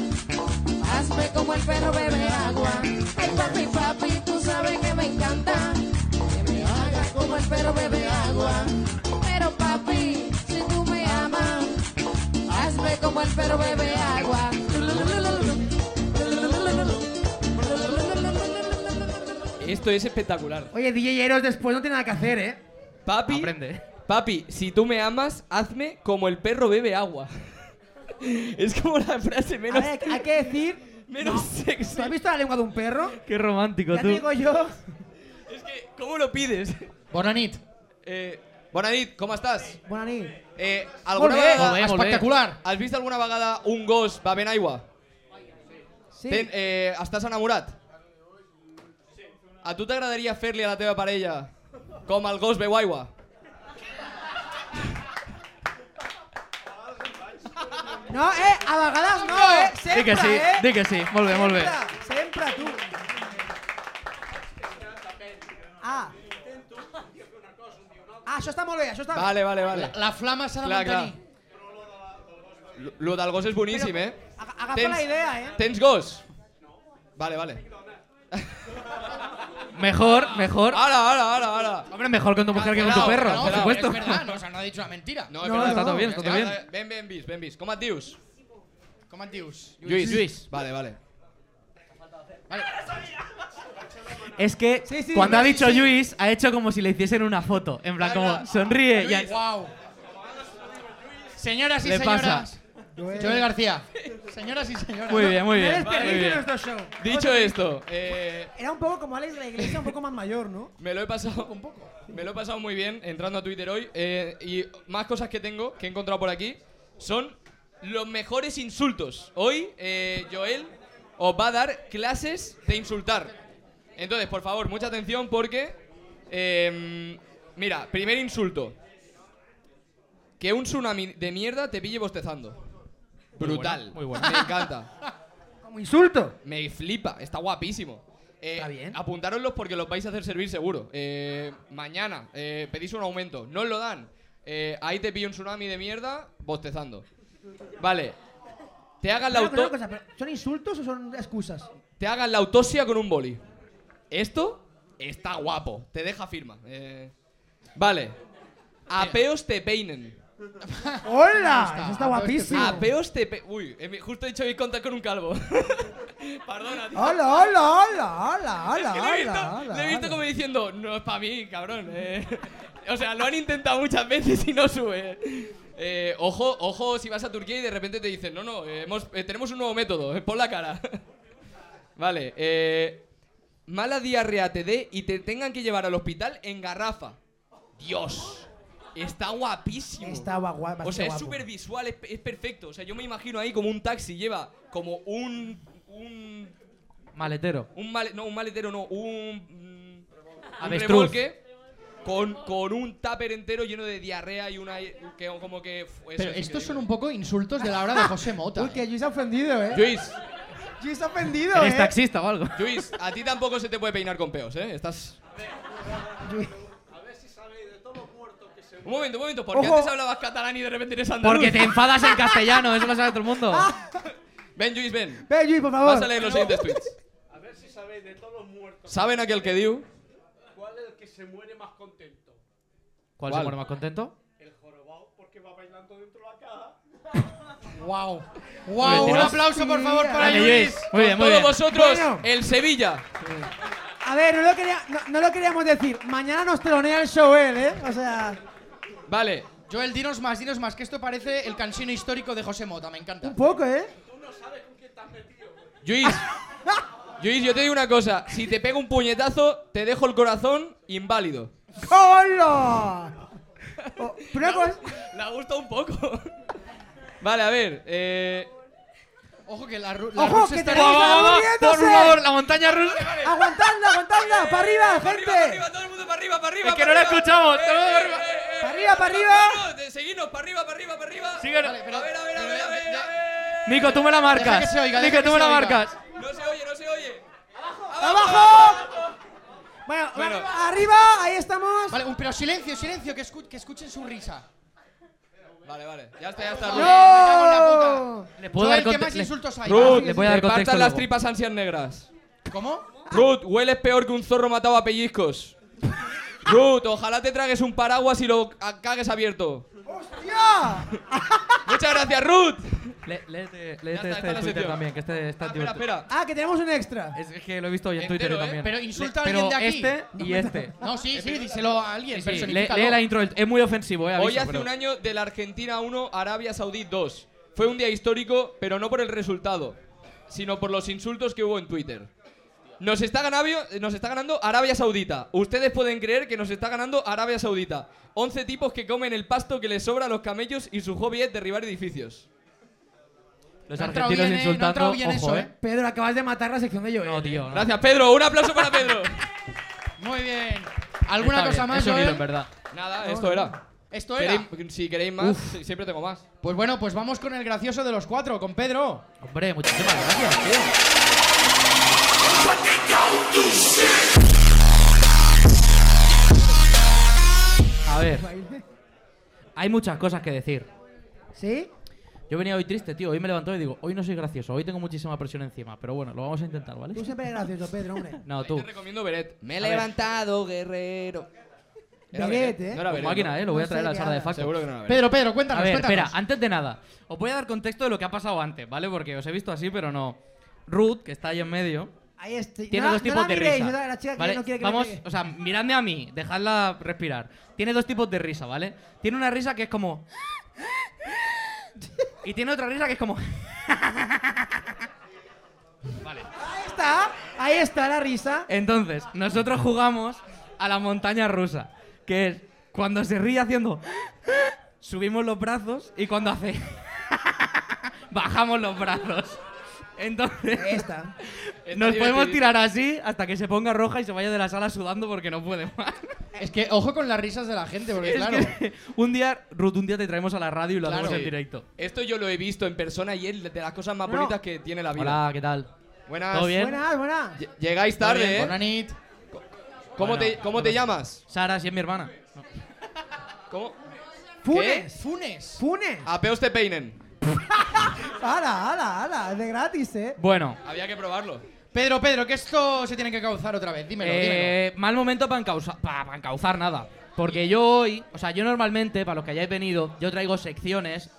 S12: hazme como el perro bebe agua. Ay, papi, papi, tú sabes que me encanta que me hagas como el perro bebe agua. Pero papi, si tú me amas, hazme como el perro bebe agua.
S2: Esto es espectacular.
S1: Oye, DJ Eros después no tiene nada que hacer, ¿eh?
S2: Papi. Papi, si tú me amas, hazme como el perro bebe agua. (laughs) es como la frase
S1: A
S2: menos.
S1: ver, hay que decir...
S2: Menos sexy.
S1: ¿Tú has visto la lengua de un perro?
S3: Qué romántico,
S1: Ya te
S3: tú.
S1: digo yo...
S2: ¿Cómo lo pides?
S4: Bonanit.
S2: Eh, Bonanit, ¿cómo estás?
S1: Bonanit.
S2: Eh, ¿Alguna
S4: Molt bé.
S2: vegada...
S4: Molt bé, molt bé. Espectacular.
S2: Has vist alguna vegada un gos bevent aigua?
S1: Sí.
S2: Ten, eh, estàs enamorat? A tu t'agradaria fer-li a la teva parella com el gos beu aigua?
S1: No, eh, a vegades no, eh? Sempre,
S3: Di que sí,
S1: eh?
S3: di que sí. Molt bé, molt bé.
S1: Sempre, sempre tu. Ah. Ah, això està molt bé, això està bé.
S2: Vale, vale, vale.
S1: La- la flama s'ha de mantenir.
S2: L- Lo del gos és boníssim, eh?
S1: Agafa la idea, eh?
S2: Tens gos? Vale, vale.
S3: Mejor, mejor.
S1: Ah.
S2: Ahora, ahora, ahora, ahora.
S3: Hombre, mejor con tu mujer que con tu perro, por supuesto.
S4: Es verdad, no, o sea, no ha dicho una mentira.
S2: No, Eh,
S3: No, verdad. está todo bien, está todo bien.
S2: Ben, ben vist, ben vist. Com et dius?
S4: Com et dius?
S2: Lluís. Lluís. Vale, vale.
S3: (laughs) Es que
S4: Sí, sí,
S3: cuando ha
S4: sí,
S3: dicho
S4: sí.
S3: Luis, ha hecho como si le hiciesen una foto. En plan, como sonríe. y ha-
S4: Wow. Señoras y
S3: Le
S4: señoras.
S3: pasa.
S4: Joel García. Señoras y señoras.
S3: Muy bien, muy bien.
S1: Vale,
S3: muy bien.
S1: nuestro show.
S2: Dicho esto, eh,
S1: Era un poco como Alex la iglesia, un poco más mayor, ¿no?
S2: me lo he pasado un poco. (laughs) Me lo he pasado muy bien entrando a Twitter hoy eh, y más cosas que tengo que he encontrado por aquí son los mejores insultos. Hoy eh, Joel os va a dar clases de insultar. Entonces, por favor, mucha atención porque eh, mira, primer insulto. Que un tsunami de mierda te pille bostezando. Brutal.
S3: Muy bueno.
S2: Me encanta.
S1: Como insulto.
S2: Me flipa. Está guapísimo. Está bien. Apuntároslos porque los vais a hacer servir seguro. Eh, mañana eh, pedís un aumento. No os lo dan. Eh, ahí te pillo un tsunami de mierda bostezando. Vale. Te hagan la,
S1: Pero, pero
S2: auto
S1: una cosa, pero, ¿Son insultos o son excusas?
S2: te hagan la autopsia con un boli. Esto está guapo. Te deja firma. Eh, vale. Apeos te peinen.
S1: ¡Hola! Eso está guapísimo.
S2: Apeos te pe- Uy, he- justo he dicho ir contar con un calvo. (laughs) Perdona, tío.
S1: Hola, hola, hola, hola,
S2: Es
S1: hola,
S2: que le he visto,
S1: hola, hola,
S2: le he visto como diciendo, no es para mí, cabrón. eh". (laughs) o sea, lo han intentado muchas veces y no sube. Eh, ojo, ojo si vas a Turquía y de repente te dicen, no, no, eh, hemos- eh, tenemos un nuevo método, eh, pon la cara. (laughs) vale, eh, mala diarrea te dé y te tengan que llevar al hospital en garrafa. Dios, está guapísimo.
S1: Está guap- guap-
S2: O sea, es
S1: guapo.
S2: súper visual, es, es perfecto. O sea, yo me imagino ahí como un taxi lleva como un... un
S3: Maletero.
S2: un male- no, un maletero no, un, mm, un
S3: Avestruz.
S2: remolque con, con un tupper entero lleno de diarrea y una que como que uf, eso
S4: Pero
S2: es
S4: estos
S2: increíble.
S4: son un poco insultos de la hora de José Mota.
S1: Uy, que Luis ha ofendido, ¿eh?
S2: Luis,
S1: Luis ha ofendido,
S3: ¿Eres
S1: ¿eh?
S3: taxista o algo?
S2: Luis, a ti tampoco se te puede peinar con peos, ¿eh? Estás Un momento, un momento, porque
S3: Ojo.
S2: antes hablabas catalán y de repente eres andaluz.
S3: (laughs) Porque te enfadas en castellano, eso lo sabe todo el mundo.
S2: Ven, Luis, ven.
S1: Ven, Luis, por favor.
S2: Vas a leer los siguientes tweets.
S13: A ver si sabéis de todos los muertos.
S2: ¿Saben aquel que dio?
S13: ¿Cuál es el que se muere más contento?
S3: ¿Cuál, se
S2: ¿Cuál?
S3: pone más contento?
S13: El jorobado, porque va bailando dentro de la caja.
S4: Wow.
S3: Muy
S4: Wow,
S3: bien,
S4: un
S3: tiraos.
S4: aplauso por favor para
S3: Grande,
S4: Luis.
S3: Muy bien, muy
S2: Todos
S3: bien.
S2: vosotros,
S1: Bueno.
S2: el Sevilla.
S1: A ver, no lo, quería- no, no lo queríamos decir. Mañana nos telonea el show él, ¿eh? O sea,
S2: Vale,
S4: Joel, dinos más, dinos más, que esto parece el cansino histórico de José Mota, me encanta.
S1: un poco, ¿eh?
S2: Luis. Luis, yo te digo una cosa, si te pego un puñetazo, te dejo el corazón inválido.
S1: ¡Hola! Oh, pero una cosa-
S2: La gusta un poco. Vale, a ver. Eh,
S4: Ojo que la, ru- la
S1: ¡Ojo,
S4: rusa
S1: que
S4: está-
S1: tenemos a
S3: Por favor, la montaña rusa.
S1: ¡Aguantadla, aguantadla! ¡Para arriba,
S2: para
S1: gente!
S2: arriba, todo el mundo para arriba, para arriba.
S3: Es que
S2: para
S3: no la
S2: arriba.
S3: escuchamos,
S2: Eh,
S3: todo el mundo
S2: eh,
S3: para arriba.
S2: eh, eh,
S1: Para arriba, para arriba.
S2: No, no, seguidnos, para arriba, para arriba, para arriba.
S3: Síguenos.
S2: Vale, pero- a ver, a ver, a ver, a ver.
S4: Deja-
S3: Nico, tú me la marcas.
S4: que se oiga, deja
S3: Nico,
S4: que
S3: tú me
S4: se
S3: la
S4: oiga.
S3: marcas.
S2: No se oye, no se oye.
S1: ¡Abajo! Bueno,
S2: Bueno.
S1: arriba, ahí estamos.
S4: Vale, un- pero silencio, silencio, que, escu- que escuchen su risa.
S2: Vale, vale. Ya está, ya está.
S1: ¡No!
S2: Ruth. Me cago en la puta.
S1: Le puedo Soy dar el que conte- más le-
S11: insultos hay.
S2: Ruth,
S11: Le voy a dar
S2: te partan
S11: contexto
S2: las
S11: luego.
S2: tripas ansias negras.
S11: ¿Cómo?
S2: Ruth, hueles peor que un zorro matado a pellizcos. Ruth, ojalá te tragues un paraguas y lo a- cagues abierto.
S1: ¡Ya!
S2: Muchas gracias, Ruth.
S3: Le- léete léete
S2: Ya está,
S3: este
S2: está la
S3: de Twitter
S2: sección.
S3: también, que este está
S2: Espera,
S3: divertido.
S2: espera.
S1: Ah, que tenemos un extra.
S3: Es que lo he visto hoy en Twitter
S2: Entero, ¿eh?
S3: también.
S2: Pero
S11: insulta a
S3: Le-
S11: alguien de aquí.
S3: Pero este y este.
S11: No, sí, sí, díselo a alguien.
S3: Sí, sí, le-
S11: personifícalo.
S3: lee la intro, del- es muy ofensivo, eh.
S2: Hoy
S3: aviso,
S2: hace
S3: pero-
S2: un año de la Argentina 1, Arabia Saudí 2. Fue un día histórico, pero no por el resultado, sino por los insultos que hubo en Twitter. Nos está, ganabio- nos está ganando Arabia Saudita. Ustedes pueden creer que nos está ganando Arabia Saudita. 11 tipos que comen el pasto que les sobra a los camellos y su hobby es derribar edificios.
S3: Los
S11: No ha entrado bien, eh,
S3: argentinos
S11: no ha
S3: insultando.
S11: entrado bien
S3: ojo,
S11: eso,
S3: eh.
S11: eh.
S1: Pedro, acabas de matar la sección de Joel. eh.
S3: No, tío. no.
S2: Gracias, Pedro. Un aplauso para Pedro.
S11: Muy bien. ¿Alguna
S3: Está
S11: cosa
S3: bien,
S11: más,
S3: es un hilo,
S11: Joel?
S3: en verdad.
S2: Nada, esto era.
S11: Esto era.
S2: Queréis- Si queréis más, si- siempre tengo más.
S11: Pues bueno, pues vamos con el gracioso de los cuatro, con Pedro.
S3: Hombre, muchísimas gracias, tío. A ver, hay muchas cosas que decir.
S1: ¿Sí?
S3: Yo venía hoy triste, tío. Hoy me levanto y digo, hoy no soy gracioso, hoy tengo muchísima presión encima. Pero bueno, lo vamos a intentar, ¿vale?
S2: Pues
S1: Tú siempre eres gracioso, Pedro, hombre.
S3: No,
S2: Te
S3: Ah, tú.
S2: recomiendo Beret. Me
S3: he levantado,
S2: guerrero.
S1: Beret, ¿eh?
S2: No era
S3: Con
S2: Beret,
S3: máquina,
S2: ¿no?
S3: eh. Lo voy a
S1: No
S3: traer
S1: sé
S3: a la
S1: qué
S3: sala de
S1: hablas.
S3: facto.
S2: Seguro que no era Beret.
S11: Pedro, Pedro, cuéntanos,
S3: a ver,
S11: cuéntanos.
S3: espera, antes de nada, os voy a dar contexto de lo que ha pasado antes, ¿vale? Porque os he visto así, pero no. Ruth, que está ahí en medio,
S1: Ahí estoy.
S3: tiene
S1: No la-
S3: dos
S1: no
S3: tipos
S1: la
S3: de
S1: miréis,
S3: risa.
S1: es La chica que
S3: ¿vale?
S1: no quiere que
S3: Vamos,
S1: me pegue.
S3: o sea, miradme a mí, dejadla respirar. Tiene dos tipos de risa, ¿vale? Tiene una risa que es como. y tiene otra risa que es como.
S1: Ahí está. Ahí está la risa.
S3: Entonces, nosotros jugamos a la montaña rusa, que es cuando se ríe haciendo. Subimos los brazos y cuando hace. (laughs) Bajamos los brazos. Entonces.
S1: Ahí Eh, está.
S2: Está
S3: Nos podemos
S2: divertidísimo.
S3: tirar así hasta que se ponga roja y se vaya de la sala sudando porque no puede más.
S11: Es que ojo con las risas de la gente, porque
S3: Es
S11: claro.
S3: que (laughs) un día, Ruth, un día te traemos a la radio y lo hacemos
S2: Claro.
S3: en directo.
S2: Esto yo lo he visto en persona y es de las cosas más
S1: No.
S2: bonitas que tiene la vida.
S3: Hola, ¿qué tal?
S2: Buenas.
S3: ¿Todo bien?
S1: Buenas, buenas.
S2: Lle- Llegáis tarde,
S3: bien,
S2: ¿eh?
S11: Buena nit.
S2: ¿Cómo,
S3: Bueno,
S2: te, cómo
S3: no
S2: te
S3: pasa-
S2: llamas?
S3: Sara, si es mi hermana. No.
S2: ¿Cómo?
S1: Funes.
S11: Funes.
S1: Funes.
S2: Apeos te peinen.
S1: Ala, ala, ala. Es de gratis, eh.
S3: Bueno,
S2: Había que probarlo.
S11: Pedro, Pedro, que esto se tiene que causar otra vez. Dímelo, dímelo.
S3: eh, mal momento para encauzar, nada. Porque yo hoy, o sea, yo normalmente, para los que hayáis venido, yo traigo secciones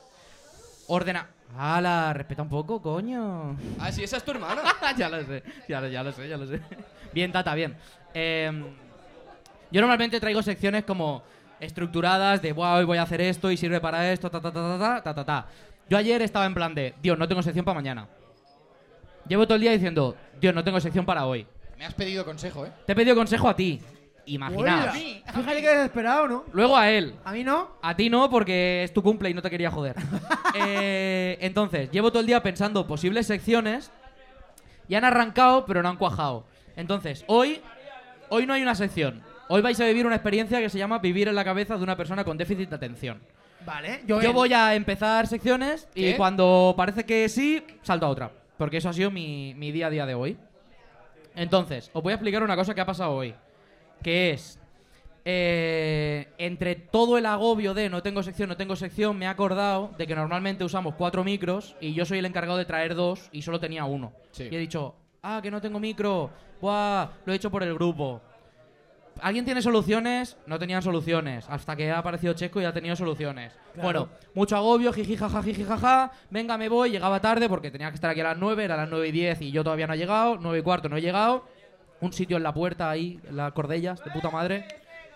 S3: ordena... ¡Hala! Respeta un poco, coño.
S2: Ah, sí, esa es tu hermana.
S3: (laughs) ya lo sé, ya lo, ya lo sé, ya lo sé. (laughs) Bien, Tata, bien. Em, yo normalmente traigo secciones como estructuradas de, wow, hoy voy a hacer esto y sirve para esto, ta, ta, ta, ta, ta, ta, ta, ta. Yo ayer estaba en plan de, Dios, no tengo sección para mañana. Llevo todo el día diciendo, Dios, no tengo sección para hoy.
S11: Me has pedido consejo, ¿eh?
S3: Te he pedido consejo a ti. Imaginaos.
S1: Oiga, Fíjate que desesperado, ¿no?
S3: Luego a él.
S1: A mí no.
S3: A ti no, porque es tu cumple y no te quería joder. Eh, entonces, llevo todo el día pensando posibles secciones y han arrancado, pero no han cuajado. Entonces, hoy, hoy no hay una sección. Hoy vais a vivir una experiencia que se llama vivir en la cabeza de una persona con déficit de atención.
S1: Vale.
S3: Yo voy a empezar secciones y
S2: ¿Qué?
S3: cuando parece que sí, salto a otra. Porque eso ha sido mi, mi día a día de hoy. Entonces, os voy a explicar una cosa que ha pasado hoy. Que es, eh, entre todo el agobio de no tengo sección, no tengo sección, me he acordado de que normalmente usamos cuatro micros y yo soy el encargado de traer dos y solo tenía uno.
S2: Sí.
S3: Y he dicho, ah, que no tengo micro, buah, lo he hecho por el grupo. ¿Alguien tiene soluciones? No tenían soluciones. Hasta que ha aparecido Chesco y ha tenido soluciones. Bueno, mucho agobio, jiji, jaja, jiji, jaja. Venga, me voy. Llegaba tarde porque tenía que estar aquí a las 9, era las 9 y 10 y yo todavía no he llegado. 9 y cuarto no he llegado. Un sitio en la puerta ahí, en las cordellas, de puta madre.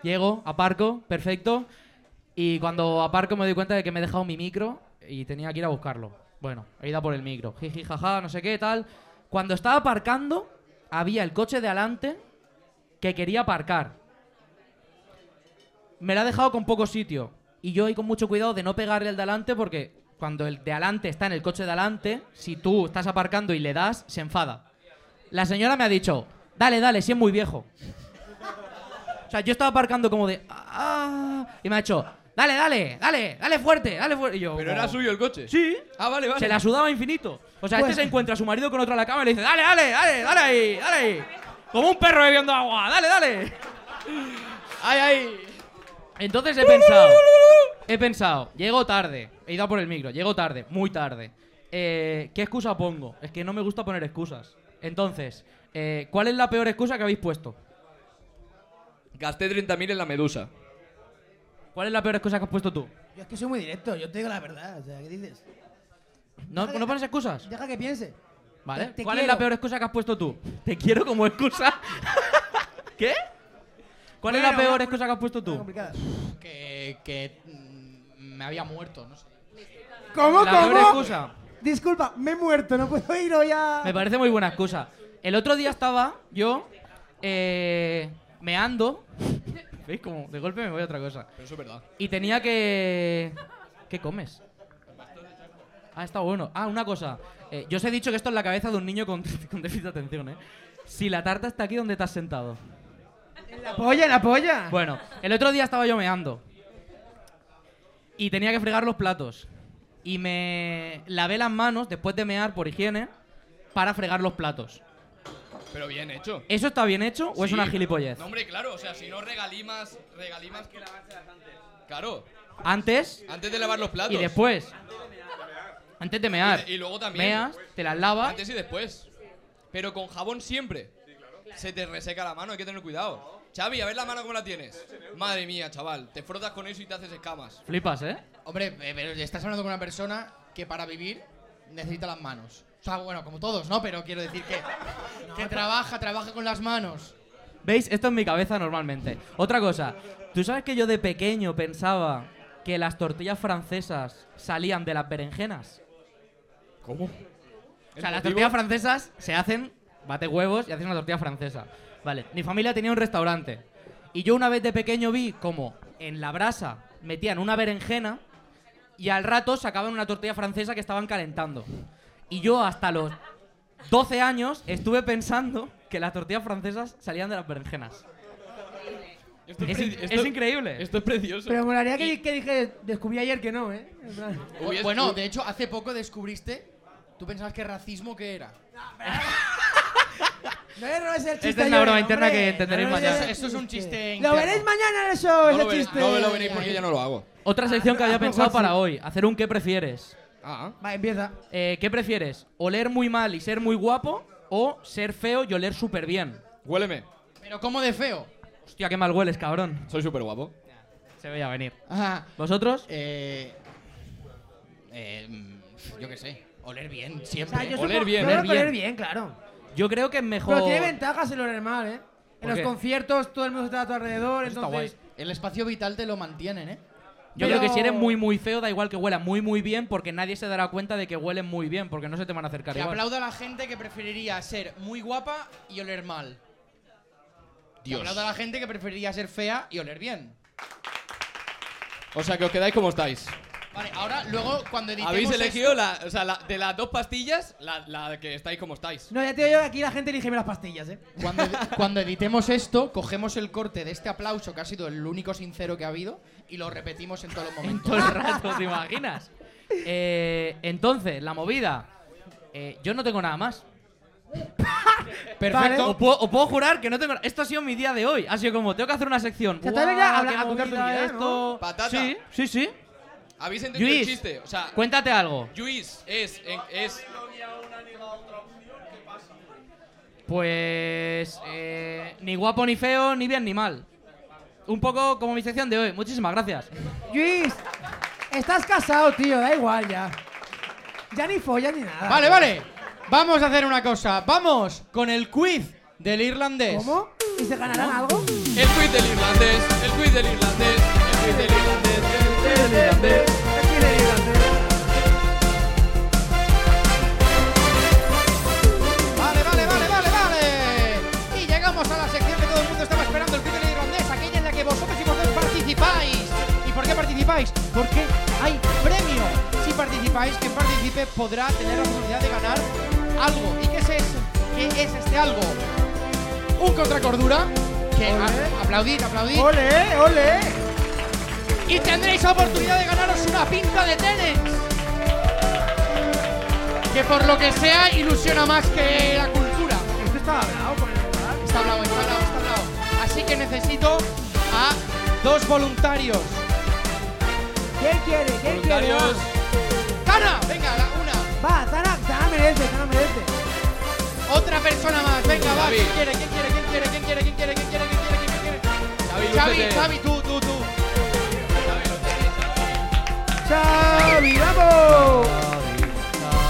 S3: Llego, aparco, perfecto. Y cuando aparco me doy cuenta de que me he dejado mi micro y tenía que ir a buscarlo. Bueno, he ido a por el micro. Jiji, jaja, no sé qué, tal. Cuando estaba aparcando, había el coche de adelante que quería aparcar. Me la ha dejado con poco sitio. Y yo ahí con mucho cuidado de no pegarle al de adelante porque cuando el de adelante está en el coche de adelante, si tú estás aparcando y le das, se enfada. La señora me ha dicho, dale, dale, si es muy viejo. O sea, yo estaba aparcando como de... "Ah", y me ha dicho, dale, dale, dale, dale fuerte, dale fuerte. Y yo,
S2: Pero
S3: como,
S2: era suyo el coche.
S3: Sí.
S2: Ah, vale, vale.
S3: Se la sudaba infinito. O sea,
S1: Pues-
S3: este se encuentra a su marido con otro a la cama y le dice, dale, dale, dale, dale ahí, dale ahí. Como un perro bebiendo agua, dale, dale.
S11: ¡Ay, ay!
S3: Entonces he pensado, he pensado, llego tarde, he ido a por el micro, llego tarde, muy tarde. Eh, ¿Qué excusa pongo? Es que no me gusta poner excusas. Entonces, eh, ¿cuál es la peor excusa que habéis puesto?
S2: Gasté 30.000 en la medusa.
S3: ¿Cuál es la peor excusa que has puesto tú?
S1: Yo es que soy muy directo, yo te digo la verdad. O sea, ¿qué dices?
S3: ¿No,
S1: Deja que-
S3: no pones excusas?
S1: Deja que piense.
S3: ¿Vale?
S1: Te- te
S3: ¿Cuál es
S1: quiero.
S3: la peor excusa que has puesto tú? ¿Te quiero como excusa? (laughs) ¿Qué? ¿Cuál es la
S4: Bueno,
S3: peor
S4: una-
S3: excusa que has puesto tú?
S4: Que, que mm, me había muerto, no sé.
S1: ¿Cómo,
S3: La peor
S1: cómo?
S3: excusa.
S1: Disculpa, me he muerto, no puedo ir hoy a.
S3: Me parece muy buena excusa. El otro día estaba yo eh, meando. ¿Veis cómo? De golpe me voy a otra cosa.
S2: Pero eso es verdad.
S3: Y tenía que... ¿Qué comes? Ah, está bueno. Ah, una cosa. Eh, yo os he dicho que esto es la cabeza de un niño con, (laughs) con déficit de atención, ¿eh? Si la tarta está aquí donde te has sentado.
S1: La polla, la polla.
S3: Bueno, el otro día estaba yo meando. Y tenía que fregar los platos. Y me lavé las manos después de mear por higiene para fregar los platos.
S2: Pero bien hecho.
S3: ¿Eso está bien hecho o es
S2: Sí.
S3: una gilipollez?
S2: No, hombre, claro, o sea, si no regalimas, regalimas que lavarse antes. Claro,
S3: Antes.
S2: Antes de lavar los platos.
S3: Y después. Antes de mear.
S2: Y, y luego también.
S3: Meas, te las lavas.
S2: Antes y después. Pero con jabón siempre. Se te reseca la mano, hay que tener cuidado. Xavi, a ver la mano cómo la tienes. Madre mía, chaval, te frotas con eso y te haces escamas.
S3: Flipas, ¿eh?
S4: Hombre, eh, pero estás hablando con una persona que para vivir necesita las manos. O sea, bueno, como todos, ¿no? Pero quiero
S3: (laughs)
S4: decir que, que trabaja, trabaja con las manos.
S3: ¿Veis? Esto es mi cabeza normalmente. Otra cosa. ¿Tú sabes que yo de pequeño pensaba que las tortillas francesas salían de las berenjenas?
S2: ¿Cómo?
S3: O sea, las tortillas francesas se hacen, bate huevos y haces una tortilla francesa. Vale, mi familia tenía un restaurante. Y yo una vez de pequeño vi como en la brasa metían una berenjena y al rato sacaban una tortilla francesa que estaban calentando. Y yo hasta los 12 años estuve pensando que las tortillas francesas salían de las berenjenas. es, in- es increíble.
S2: Esto es precioso.
S1: Pero molaría que, que dije, descubrí ayer que no, ¿eh? En plan-
S4: Bu- Bueno, de hecho, hace poco descubriste, tú pensabas que racismo que era.
S1: No le robes el chiste.
S3: Esta es
S1: a
S3: una
S1: Jordi,
S3: broma interna
S1: hombre.
S3: que entenderéis
S1: No le robes
S3: mañana.
S1: el
S4: Esto es un chiste
S1: Lo
S4: interno.
S1: veréis mañana en el show,
S2: No
S1: ese
S2: lo veréis-
S1: chiste.
S2: no lo veréis porque yo no lo hago.
S1: Ah,
S3: Otra sección que había
S1: a lo
S3: pensado
S1: mejor sí.
S3: para hoy, hacer un ¿qué prefieres?
S2: Ah.
S1: Vale, empieza.
S3: Eh, ¿Qué prefieres? ¿Oler muy mal y ser muy guapo o ser feo y oler súper bien?
S2: Huéleme.
S4: Pero ¿cómo de feo?
S3: Hostia, qué mal hueles, cabrón.
S2: Soy súper guapo.
S3: Se veía venir.
S4: Ah,
S3: ¿Vosotros?
S4: eh, eh, mm, yo qué sé, oler bien, siempre.
S1: O sea, yo
S3: Oler
S1: supongo-
S3: bien,
S1: yo creo
S3: oler
S1: que oler
S3: bien.
S1: bien, claro.
S3: Yo creo que es mejor...
S1: Pero tiene ventajas el oler mal, ¿eh?
S3: ¿Por
S1: En los
S3: qué?
S1: conciertos todo el mundo está a tu alrededor,
S4: Eso está
S1: entonces...
S4: guay. El espacio vital te lo mantienen, ¿eh?
S3: Yo
S1: Pero-
S3: creo que si eres muy, muy feo, da igual que huela muy, muy bien, porque nadie se dará cuenta de que huelen muy bien, porque no se te van a acercar
S4: Que
S3: igual.
S4: aplauda a la gente que preferiría ser muy guapa y oler mal. Que
S2: Dios.
S4: aplauda a la gente que preferiría ser fea y oler bien.
S2: O sea, que os quedáis como estáis.
S4: Vale, ahora luego cuando editemos
S2: Habéis
S4: esto-
S2: elegido la, o sea, la- de las dos pastillas, la, la que estáis como estáis.
S1: No, ya te digo yo que aquí la gente elige las pastillas, ¿eh?
S4: Cuando, edi- cuando editemos esto, cogemos el corte de este aplauso que ha sido el único sincero que ha habido y lo repetimos en todos los momentos.
S3: Todo el rato, ¿te imaginas? Eh, entonces, la movida. Eh, yo no tengo nada más.
S4: Perfecto.
S3: Os puedo, os puedo jurar que no tengo. Esto ha sido mi día de hoy. Ha sido como, tengo que hacer una sección.
S1: sea, tal vez
S3: Guau,
S1: ya habla-
S3: qué
S1: a contar tu
S3: movida
S1: vida,
S3: esto.
S2: Patata.
S3: Sí, sí, sí.
S2: Habéis entendido el
S3: Luis,
S2: chiste. O sea,
S3: cuéntate algo.
S2: Luis es, en- es
S3: Pues. eh, ni guapo, ni feo, ni bien, ni mal. Un poco como mi sección de hoy. Muchísimas gracias.
S1: Luis, estás casado, tío, da igual ya. Ya ni follas ni nada.
S4: Vale, vale. Vamos a hacer una cosa. Vamos con el quiz del irlandés.
S1: ¿Cómo? ¿Y se ganarán algo?
S2: el quiz del irlandés, el quiz del irlandés, el quiz del irlandés, el quiz del irlandés.
S4: Vale, vale, vale, vale, vale. Y llegamos a la sección que todo el mundo estaba esperando, el quiz del irlandés, aquella en la que vosotros y vosotros participáis. ¿Y por qué participáis? Porque hay premio. Si participáis, quien participe podrá tener la oportunidad de ganar algo. ¿Y qué es eso? ¿Qué es este algo? Un contra cordura. Que a- aplaudid, aplaudid.
S1: ¡Ole, ole!
S4: Y tendréis oportunidad de ganaros una pinta de tenis. Que por lo que sea ilusiona más que la cultura.
S1: Esto estaba hablado con el lugar.
S4: Está hablado, está hablado, está hablado. Así que necesito a dos voluntarios.
S1: ¿Quién quiere? ¿Quién quiere?
S2: Voluntarios.
S4: ¡Tana! Venga, la una.
S1: Va, Tana, Tana merece, Tana merece.
S4: Otra persona más. Venga, va.
S2: David.
S4: ¿Quién quiere? ¿Quién quiere? ¿Quién quiere? ¿Quién quiere? ¿Quién quiere? ¿Quién quiere? ¿Quién quiere? ¿Quién quiere? Xavi,
S2: lúcete.
S4: Xavi, tú, tú, tú.
S1: ¡Xavi, vamos!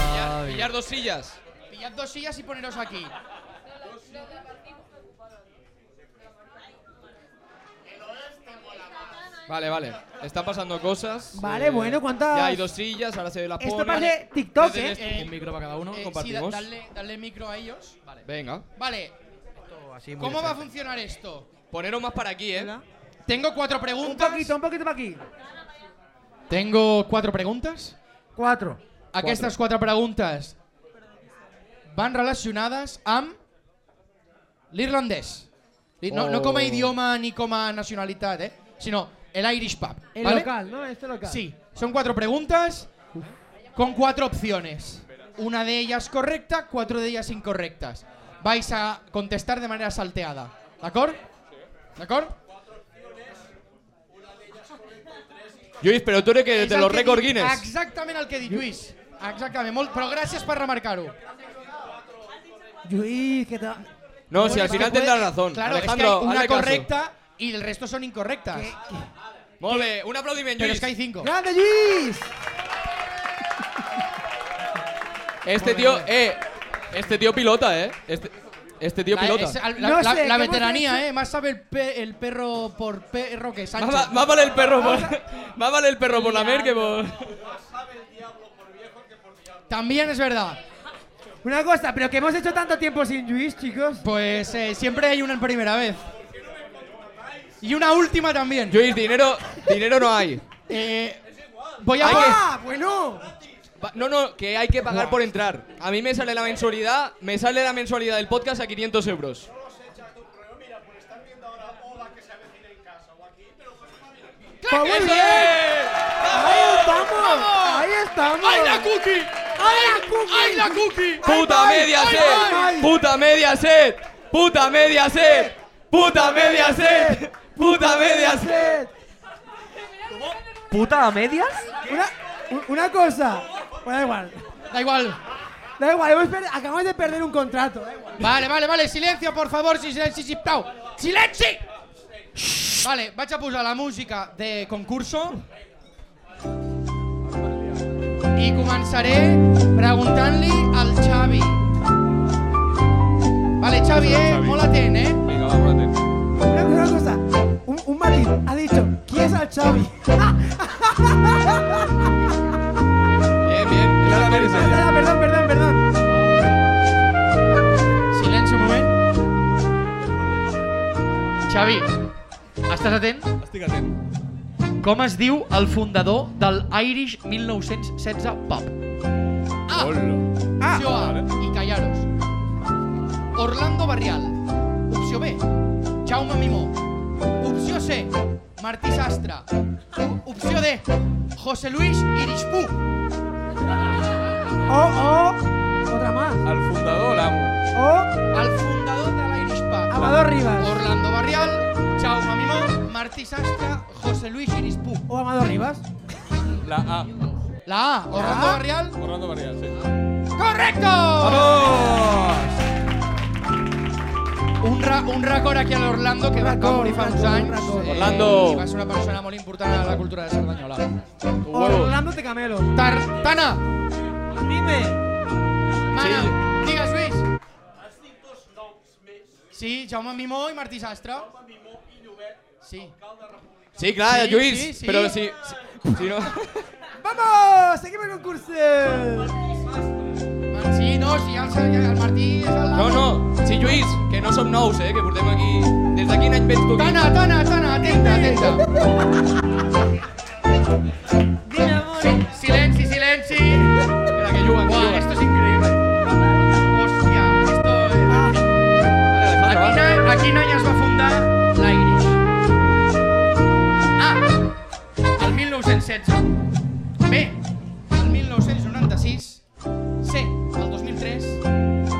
S2: Pillar, pillar dos sillas.
S4: Pillad dos sillas y poneros aquí.
S2: Vale, vale. Están pasando cosas.
S1: Vale, bueno, ¿cuántas?
S2: Ya hay dos sillas, ahora se ve la
S1: Esto
S2: ponen.
S1: parece TikTok,
S2: Desde el
S1: ¿eh?
S2: estu-
S1: Eh,
S2: Un micro para cada uno,
S4: Eh, sí, da-
S2: compartimos.
S4: darle, darle micro a ellos. Vale.
S2: Venga.
S4: Vale. ¿Cómo va a funcionar esto?
S2: Poneros más para aquí, ¿eh?
S4: Tengo cuatro preguntas.
S1: Un poquito, un poquito para aquí.
S4: Tengo cuatro preguntes.
S1: Cuatro.
S4: Aquestes quatre preguntes van relacionades amb l'irlandès. Li- No, no com a
S2: Oh.
S4: idioma ni com a nacionalitat, eh? sinó l'Irish pub.
S1: El
S4: ¿vale?
S1: local, ¿no? Este local.
S4: Sí, son cuatro preguntas con cuatro opciones. Una de ellas correcta, cuatro de ellas incorrectas. Vais a contestar de manera salteada. ¿De acuerdo? ¿De acuerdo?
S2: Lluís, però tu eres que Eh, de los récord Guinness.
S4: Exactament el que he dit, Lluís. Exactament, molt, però gràcies per remarcar-ho.
S1: Luis, que te va-
S2: No, si al
S4: Bueno,
S2: final
S4: puede-
S2: tendrás razón.
S4: Claro,
S2: Alejandro,
S4: es que hay una
S2: hazle caso.
S4: correcta y el resto son incorrectas.
S2: Molt bé, un aplaudiment,
S4: Pero
S2: Lluís.
S4: es que hay cinco.
S1: ¡Grande Luis!
S2: Este tío, eh, este tío pilota, ¿eh? Este, este tío
S4: La- es-
S2: pilota.
S4: al- la,
S1: No
S4: la-
S1: sé,
S4: la
S1: ¿qué hemos
S4: veteranía,
S1: hecho?
S4: ¿eh? Más sabe el, pe- el perro por perro que
S2: Más,
S4: Sánchez.
S2: va- más vale el perro por, (laughs) más vale el perro por la mer que por...
S4: También es verdad.
S1: Una cosa, pero que hemos hecho tanto tiempo sin Luis, chicos.
S4: Pues eh, siempre hay una en primera vez. Y una última también.
S2: Lluís, dinero, dinero no hay.
S4: Eh, voy a
S2: Hay
S4: poner-
S1: ¡Ah, bueno!
S2: Va- No, no, que hay que pagar por entrar. A mí me sale la mensualidad, me sale la mensualidad del podcast a 500 euros.
S1: ¡Pues muy bien! ¡Ahí estamos! ¡Ahí estamos!
S4: ¡Ay, la cookie!
S1: ¡Ay, la cookie!
S4: ¡Ay, la cookie!
S2: ¡Puta media set! ¡Puta media set! ¡Puta media set! ¡Puta media set! ¡Puta media set!
S14: ¿Puta a medias?
S1: Una, u- una cosa. Bueno, da igual.
S4: Da igual.
S1: Da igual, hemos per- acabamos de perder un contrato. Da igual.
S4: Vale, vale, vale, silencio, por favor, si silenci, sisplau. Silenci! Vale, vaig a posar la música de concurso. I començaré preguntant-li al Xavi. Vale, Xavi, eh? Molt atent, eh?
S2: Venga, vamos a tener.
S1: Una, una cosa. Un, un matiz. Ha dicho, ¿quién es al Xavi? (laughs)
S2: Bien, bien. Es la mensualidad.
S1: Ah, perdón, perdón, perdón.
S4: Silenci un moment. Xavi, estàs atent?
S15: Estic atent.
S4: Com es diu el fundador del Irish 1916 Pub? Ah. Opció A, i callaros. Orlando Barrial. Opció B, Jaume Mimó. Opció C, Martí Sastre. O- Opció D, José Luis Irispú.
S1: Oh, oh. Otra más.
S15: El fundador, l'amo.
S1: Oh,
S4: El fundador de l'Irish Pub.
S1: Amador Rivas.
S4: Orlando Barrial, Jaume Mimó, Martí Sastre, José Luis Irispú.
S1: O Amador Rivas.
S15: La A.
S4: La A, Orlando
S1: La A.
S4: Barrial.
S15: Orlando Barrial, sí.
S4: ¡Correcto! Un, ra un racor aquí a l'Orlando que va, va
S1: Racor,
S4: morir fa uns
S1: racor,
S4: anys.
S1: racor.
S4: eh,
S2: Orlando.
S4: I va ser una persona molt important a la cultura de Cerdanyola.
S2: Tu huevo.
S1: Orlando Tecamelo.
S4: Tar Tana,
S1: Dime.
S4: mana, digues, Lluís. Sí, Jaume Mimó i Martí Sastre. Sí.
S2: Sí, claro,
S4: Sí,
S2: Luis.
S4: sí, sí.
S2: Pero si, si, si no.
S1: ¡Vamos! ¡Seguimos en un curso!
S4: Man, Sí, no, sí, el, el Martí és el...
S2: No, no. Si Lluís, que no som nous, eh, que portem aquí... Des d'aquí n'haig vens tu.
S4: Tana, Tana, Tana, atenta, atenta.
S1: Dime, amor.
S4: Silenci, silenci.
S2: Espera, que juguen, que
S4: Guau,
S2: juguen.
S4: esto es increíble. Hostia, esto es... Aquí,
S2: Alejandro, va.
S4: na- aquí Nayas va fundar la Irish. A. El 1916. B. El 1996. C. El 2003.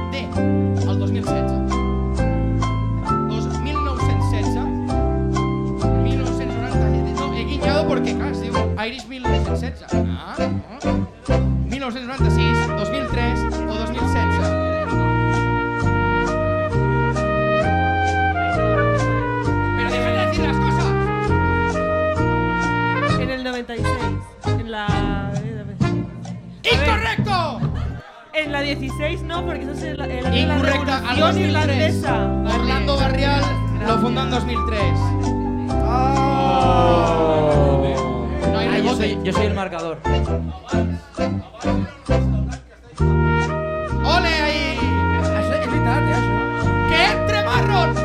S4: D. El 2016. Dos- 1916. 1997. No, he guiñado porque casi. Irish Ah,
S7: 96 no, porque eso es el, el año de la
S4: Incorrecta, al
S7: Revolución
S4: 2003.
S7: Irlandesa.
S4: Orlando Barrial lo fundó en 2003.
S3: Oh.
S1: Ah.
S4: No hay
S3: Ah, yo,
S4: rebote.
S3: soy, yo soy el marcador.
S4: ¡Ole ahí! ¡Que entre marrón!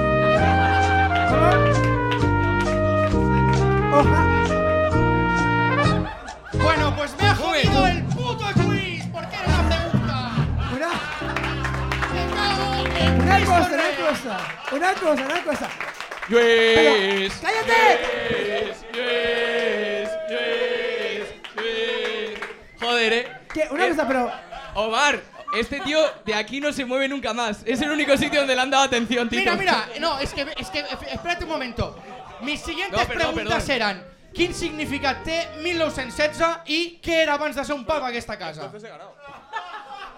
S4: Bueno, pues me ha jodido el puto quiz. ¿Por qué era una pregunta? ¡Me cago en
S1: Una
S4: Cristo
S1: cosa,
S4: Rey!
S1: una cosa, una cosa, una cosa.
S2: Luis.
S1: ¡Cállate!
S2: Luis, Luis, Luis, Luis. Joder, eh.
S1: Que, una cosa, pero.
S2: Omar, este tío de aquí no se mueve nunca más. Es el único sitio donde le han dado atención, tío.
S4: Mira, mira, no, es que, es que esp- espérate un momento. Mis siguientes
S2: No, perdó,
S4: preguntes
S2: perdó.
S4: eren quin significat té 1916 i què era abans de ser un papa aquesta casa?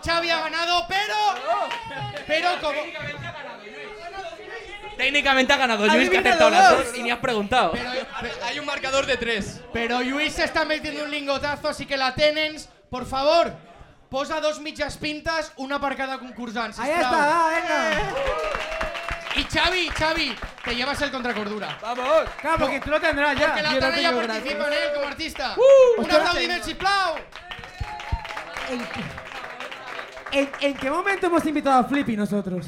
S4: Xavi ha ganado, pero... Pero como...
S3: Técnicamente ha ganado Luis, que ha
S4: Adivina
S3: acertado
S4: los
S3: las
S4: dos.
S3: dos y ni has preguntado.
S2: Hay un marcador de tres.
S4: Pero Luis se está metiendo un lingotazo, así que la tenens, por favor, posa dos mitges pintes, una per cada concursant, sisplau.
S1: Ahí está, va, venga.
S4: Eh. Y Xavi, Xavi, te llevas el contracordura.
S1: Vamos. Claro, porque tú lo tendrás ya.
S4: Porque la
S1: Ah, Yo lo
S4: tarde ya
S1: tengo
S4: participa
S1: gratis.
S4: en él como artista.
S1: Uh,
S4: un
S1: ostras.
S4: aplaudiment, sisplau.
S1: ¿En, en qué momento hemos invitado a Flippy nosotros?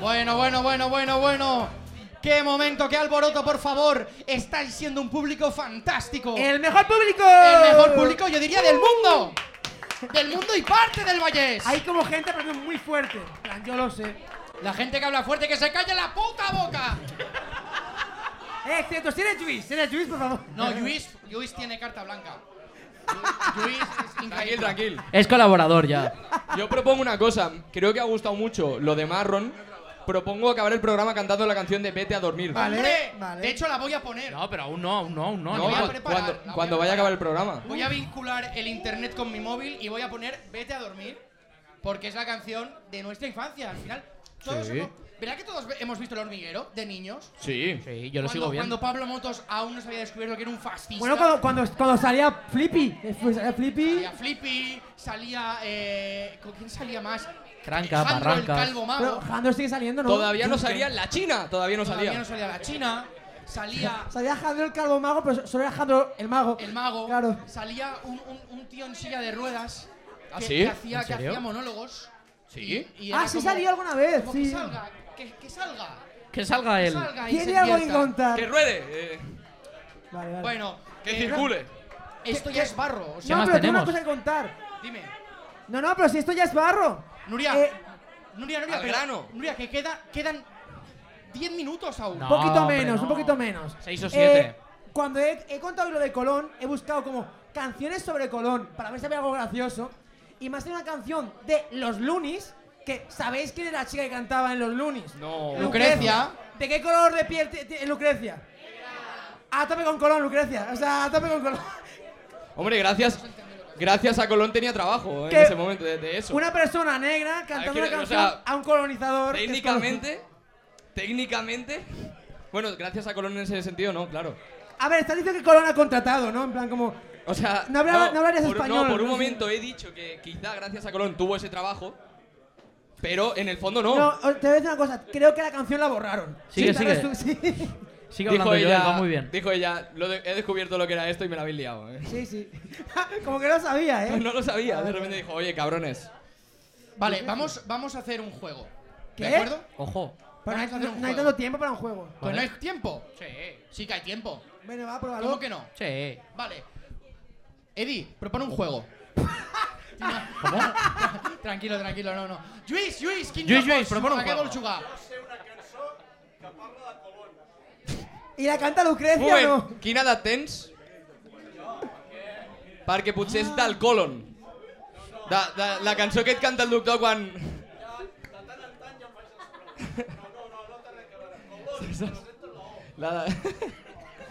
S4: Bueno, bueno, bueno, bueno, bueno. Qué momento, qué alboroto, por favor. Estáis siendo un público fantástico.
S1: ¡El mejor público!
S4: Oh. El mejor público, yo diría, del mundo. Del mundo y parte del Vallés.
S1: Hay como gente pero muy fuerte. En plan, Yo lo sé.
S4: La gente que habla fuerte, que se calle la puta boca.
S1: Eh, cierto, si eres Luis, si eres Luis, por favor.
S4: No, Luis, Luis tiene carta
S1: (laughs)
S4: blanca. Luis es
S2: Tranquil,
S4: increíble.
S2: tranquil.
S3: Es colaborador ya.
S2: Yo propongo una cosa. Creo que ha gustado mucho lo de Marron. Propongo acabar el programa cantando la canción de Vete a dormir.
S4: Hombre, de hecho la voy a poner.
S3: No, pero aún no, aún no, aún no.
S2: No,
S3: ni-
S2: cu- cuando, cuando vaya a acabar el programa.
S4: Voy a vincular el internet con mi móvil y voy a poner Vete a dormir, porque es la canción de nuestra infancia. Al final, todos
S2: Sí.
S4: hemos- ¿Verdad que todos ve- hemos visto el hormiguero de niños?
S2: Sí.
S3: Sí, yo lo
S4: Cuando-
S3: sigo viendo.
S4: Cuando Pablo Motos aún no se había descubierto que era un fascista.
S1: Bueno, cuando, cuando, cuando salía Flippy, eh, fue- salía Flippy.
S4: Salía Flippy, salía. eh, ¿Con quién salía más?
S3: Tranca,
S4: Alejandro, el
S3: barrancas.
S4: calvo mago.
S1: Pero Jandro sigue saliendo, ¿no?
S2: Todavía no salía la China. Todavía no
S4: Todavía
S2: salía.
S4: no salía la China.
S1: (laughs)
S4: Salía.
S1: Salía Jandro el calvo mago, pero solo era Jandro el mago.
S4: El mago.
S1: Claro.
S4: Salía un, un- un tío en silla de ruedas.
S2: ¿Ah,
S4: que,
S2: sí?
S4: que hacía,
S2: ¿En
S4: que
S2: serio?
S4: hacía monólogos.
S2: Sí.
S4: Y
S1: Ah,
S4: era
S1: sí
S4: como-
S1: salía alguna vez,
S4: como Que
S1: sí.
S4: salga, que, que salga.
S3: Que salga
S4: Que
S3: él.
S4: salga y se
S1: Tiene algo que
S4: divierta.
S1: contar.
S2: Que ruede. eh,
S1: Vale, vale.
S4: Bueno,
S2: que
S4: eh,
S2: circule.
S4: Esto ya es barro. O sea,
S1: no, pero tengo una cosa que contar.
S4: dime.
S1: No, no, pero si esto ya es barro.
S4: Nuria,
S1: Eh,
S4: Nuria, Nuria,
S2: al
S4: pero-
S2: grano.
S4: Nuria, que queda, quedan 10 minutos aún.
S1: Un poquito menos, un poquito menos.
S3: Seis o
S1: Eh,
S3: siete.
S1: cuando he, he contado lo de Colón, he buscado como canciones sobre Colón para ver si había algo gracioso. Y me ha salido una canción de Los Lunis, que ¿sabéis quién era la chica que cantaba en Los Lunis?
S2: No.
S4: Lucrecia.
S1: ¿De qué color de piel ti- ti- Lucrecia? A tope con Colón, Lucrecia. O sea, a tope con Colón.
S2: Hombre, gracias. Gracias a Colón tenía trabajo eh, en
S1: Que-
S2: ese momento de, de eso.
S1: Una persona negra cantando
S2: quiero-
S1: una
S2: o
S1: canción
S2: sea,
S1: a un colonizador. que es
S2: Técnicamente, técnicamente. Bueno, gracias a Colón en ese sentido, no, claro.
S1: colon- A ver, estás diciendo que Colón ha contratado, ¿no? En plan, como.
S2: O sea,
S1: No hablaba- no hablarías
S2: por,
S1: español,
S2: No, por un
S1: ¿no?
S2: momento he dicho que quizá gracias a Colón tuvo ese trabajo, pero en el fondo no.
S1: No, te voy a decir una cosa. Creo que la canción la borraron.
S3: Sigue,
S1: Sí,
S3: sigue.
S1: la resu- (laughs) sí.
S3: Sigue hablando yo,
S2: ella,
S3: va muy bien.
S2: Dijo ella, "Lo de- he descubierto lo que era esto y me la habéis liado. eh". (laughs)
S1: Sí, sí. (laughs) Como que no sabía, ¿eh?
S2: No lo sabía, de repente dijo, oye, cabrones.
S4: Vale, vamos, vamos a hacer un juego.
S1: ¿Qué?
S4: ¿De acuerdo?
S3: Ojo.
S1: Pero no,
S2: "Ah,
S1: hay,
S4: Vamos a hacer
S1: no-
S4: un
S1: no hay
S4: juego.
S1: tanto tiempo para un juego.
S4: Pues
S3: Vale.
S4: no hay tiempo. Sí. Sí que hay tiempo.
S1: Bueno, va, pruébalo.
S4: ¿Cómo que no?
S3: Sí.
S4: Vale. Eddie, propone un juego.
S1: (laughs)
S4: (laughs) tranquilo, tranquilo, no, no. Lluís, Lluís, quin
S3: Lluís,
S4: joc
S3: Lluís,
S4: vols?
S3: propone un
S4: A què
S3: juego.
S4: vols jugar?
S1: ¿Y la canta
S2: Muy
S1: Lucrecia
S2: bien,
S1: o no?
S2: quina edat tens? Perquè potser és del Colon. De, de, la cançó que et canta el doctor quan... em La de...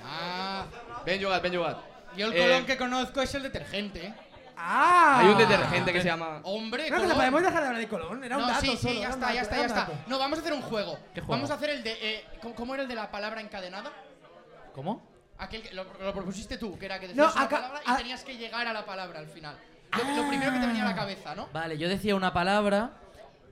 S4: Ah,
S2: Ben jugat, ben jugat.
S4: yo el
S2: Eh,
S4: colón que conozco es el detergente. ¿eh?
S1: Ah.
S2: Hay un detergente que se llama.
S4: Hombre,
S1: No, que
S4: Colón.
S1: la podemos dejar de hablar de Colón. Era un
S4: no,
S1: dato solo,
S4: sí, sí, ya
S1: era un
S4: está,
S1: dato,
S4: ya está,
S1: era
S4: ya
S1: un
S4: está.
S1: dato.
S4: No, vamos a hacer un juego.
S3: ¿Qué juego?
S4: Vamos a hacer el de. eh, ¿cómo- ¿Cómo era el de la palabra encadenada?
S3: ¿Cómo?
S4: Aquel que lo, lo propusiste tú, que era que
S1: No,
S4: decías una
S1: acá-
S4: palabra y tenías que llegar a la palabra al final. Lo, lo primero que te venía a
S1: Ah.
S4: la cabeza, ¿no?
S3: Vale, yo decía una palabra.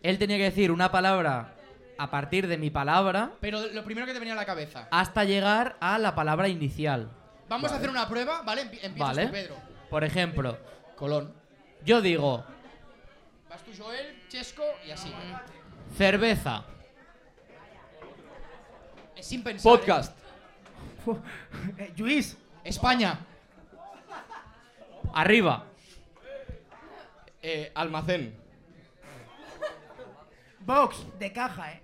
S3: Él tenía que decir una palabra a partir de mi palabra
S4: Pero lo primero que te venía a la cabeza.
S3: hasta llegar a la palabra inicial.
S4: Vamos a
S3: Vale.
S4: hacer una prueba, ¿vale? Empie- Empiezas
S3: Vale.
S4: tú, Pedro.
S3: Por ejemplo,
S4: Colón.
S3: Yo digo
S4: Vas tú, Joel, Chesco y así.
S3: cerveza.
S4: Es sin pensar. ¿eh?
S3: Podcast.
S1: Luis.
S4: España.
S3: Arriba.
S2: Eh, almacén.
S1: Box de caja, eh.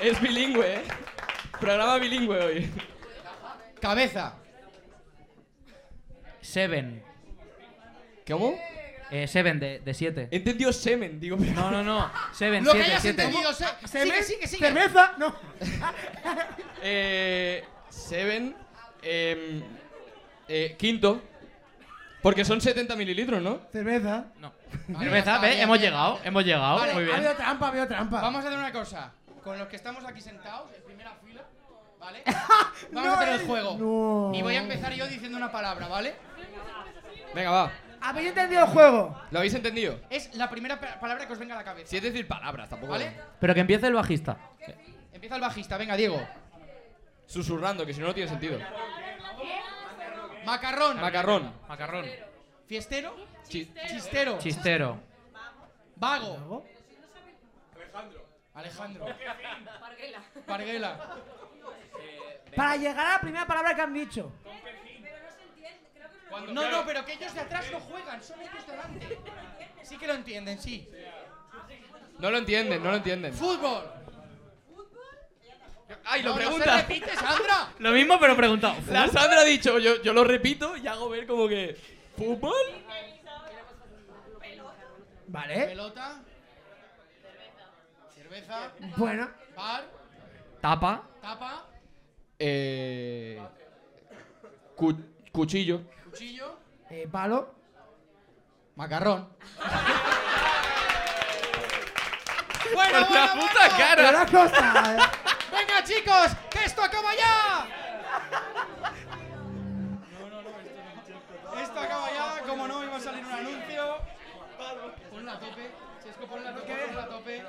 S2: Es bilingüe, ¿eh? Programa bilingüe hoy.
S4: Cabeza.
S3: Seven.
S2: ¿Cómo?
S3: Eh, seven de, de siete.
S2: He entendido semen, digo.
S3: No, no, no. Seven,
S4: Eh, Lo que
S3: siete,
S4: hayas
S3: siete.
S4: entendido, se- sigue, sigue, sigue.
S1: Cerveza, no.
S2: Eh, seven. em, eh, quinto. Porque son 70 mililitros, ¿no?
S1: Cerveza.
S3: No.
S4: Vale, ya
S3: Cerveza,
S4: está,
S3: ¿ves?
S4: bien,
S3: ¿eh? Hemos
S4: bien.
S3: llegado, hemos llegado.
S4: Vale,
S3: Muy
S4: ha
S3: bien.
S4: habido
S1: Trampa, veo trampa.
S4: Vamos a hacer una cosa. Con los que estamos aquí sentados, en primera fila, (laughs) ¿vale? Vamos
S1: No,
S4: a hacer
S1: eh.
S4: el juego.
S1: No.
S4: Y voy a empezar yo diciendo una palabra, ¿vale?
S2: Venga, va.
S1: ¿Habéis entendido el juego?
S2: ¿Lo habéis entendido?
S4: Es la primera pa- palabra que os venga a la cabeza.
S2: Si es decir palabras, tampoco.
S4: ¿Vale?
S3: Pero que empiece el bajista.
S4: Empieza el bajista, venga, Diego.
S2: Susurrando, que si no, no tiene sentido.
S4: Macarrón.
S2: Macarrón.
S3: Macarrón.
S4: Fiestero.
S2: Chi-
S4: Chistero.
S3: Chistero.
S4: Vago. Alejandro. Parguela.
S1: Para llegar a la primera palabra que han dicho.
S4: No, no, pero que ellos de atrás no juegan, son ellos delante. Sí que lo entienden, sí.
S2: No lo entienden, no lo entienden.
S4: Fútbol.
S2: ¡Ay,
S4: No,
S2: lo
S4: no se
S2: pregunta!
S4: repite, (laughs) Sandra.
S3: Lo mismo, pero preguntado.
S2: La Sandra ha dicho, yo, yo lo repito y hago ver como que. ¿Fútbol?
S1: Vale.
S4: Pelota. Cerveza.
S1: Bueno.
S4: Bar.
S3: Tapa.
S4: Tapa.
S2: Eh. cu- cuchillo.
S4: Cuchillo.
S1: Eh, palo.
S4: Macarrón.
S2: Por
S4: (laughs) Bueno,
S2: la
S4: bueno, bueno.
S2: puta cara.
S1: Pero la cosa. eh.
S4: Venga, chicos, que esto acaba ya. Esto acaba ya, como no, iba a salir un anuncio. Ponla a tope, Chesco, ponla a tope, ponla a tope.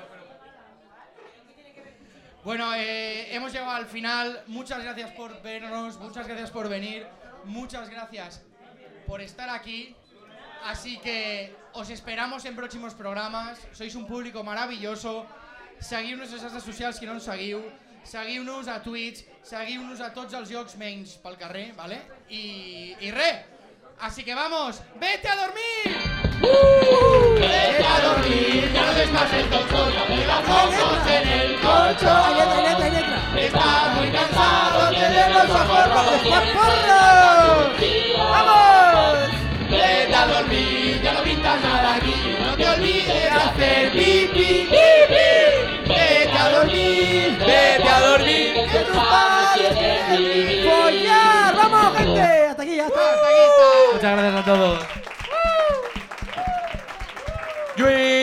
S4: Bueno, eh, hemos llegado al final. Muchas gracias por vernos, muchas gracias por venir, muchas gracias por estar aquí. Así que os esperamos en próximos programas. Sois un público maravilloso. Seguiu-nos a xarxes socials que no ens seguiu. Seguiu-nos a Twitch. Seguiu-nos a tots els llocs menys pel carrer, ¿vale? I, i re! Así que vamos, vete a dormir! Vete a dormir, ya no des más el colchón, ya no hay mocos en
S1: Hay
S4: el
S1: letra, hay
S4: colchón.
S1: letra, hay letra.
S4: Está muy cansado de ver los ojos rojos.
S1: ¡Vamos!
S4: Vete a dormir, ya no pinta nada aquí. No te olvides de hacer pipí, pipí. Vete a dormir,
S2: ¡Vete a dormir!
S1: ¡Que tus padres quieren follar! ¡Vamos, gente! Hasta aquí, ya está.
S4: hasta aquí está.
S3: Muchas gracias a todos.
S2: ¡Luis!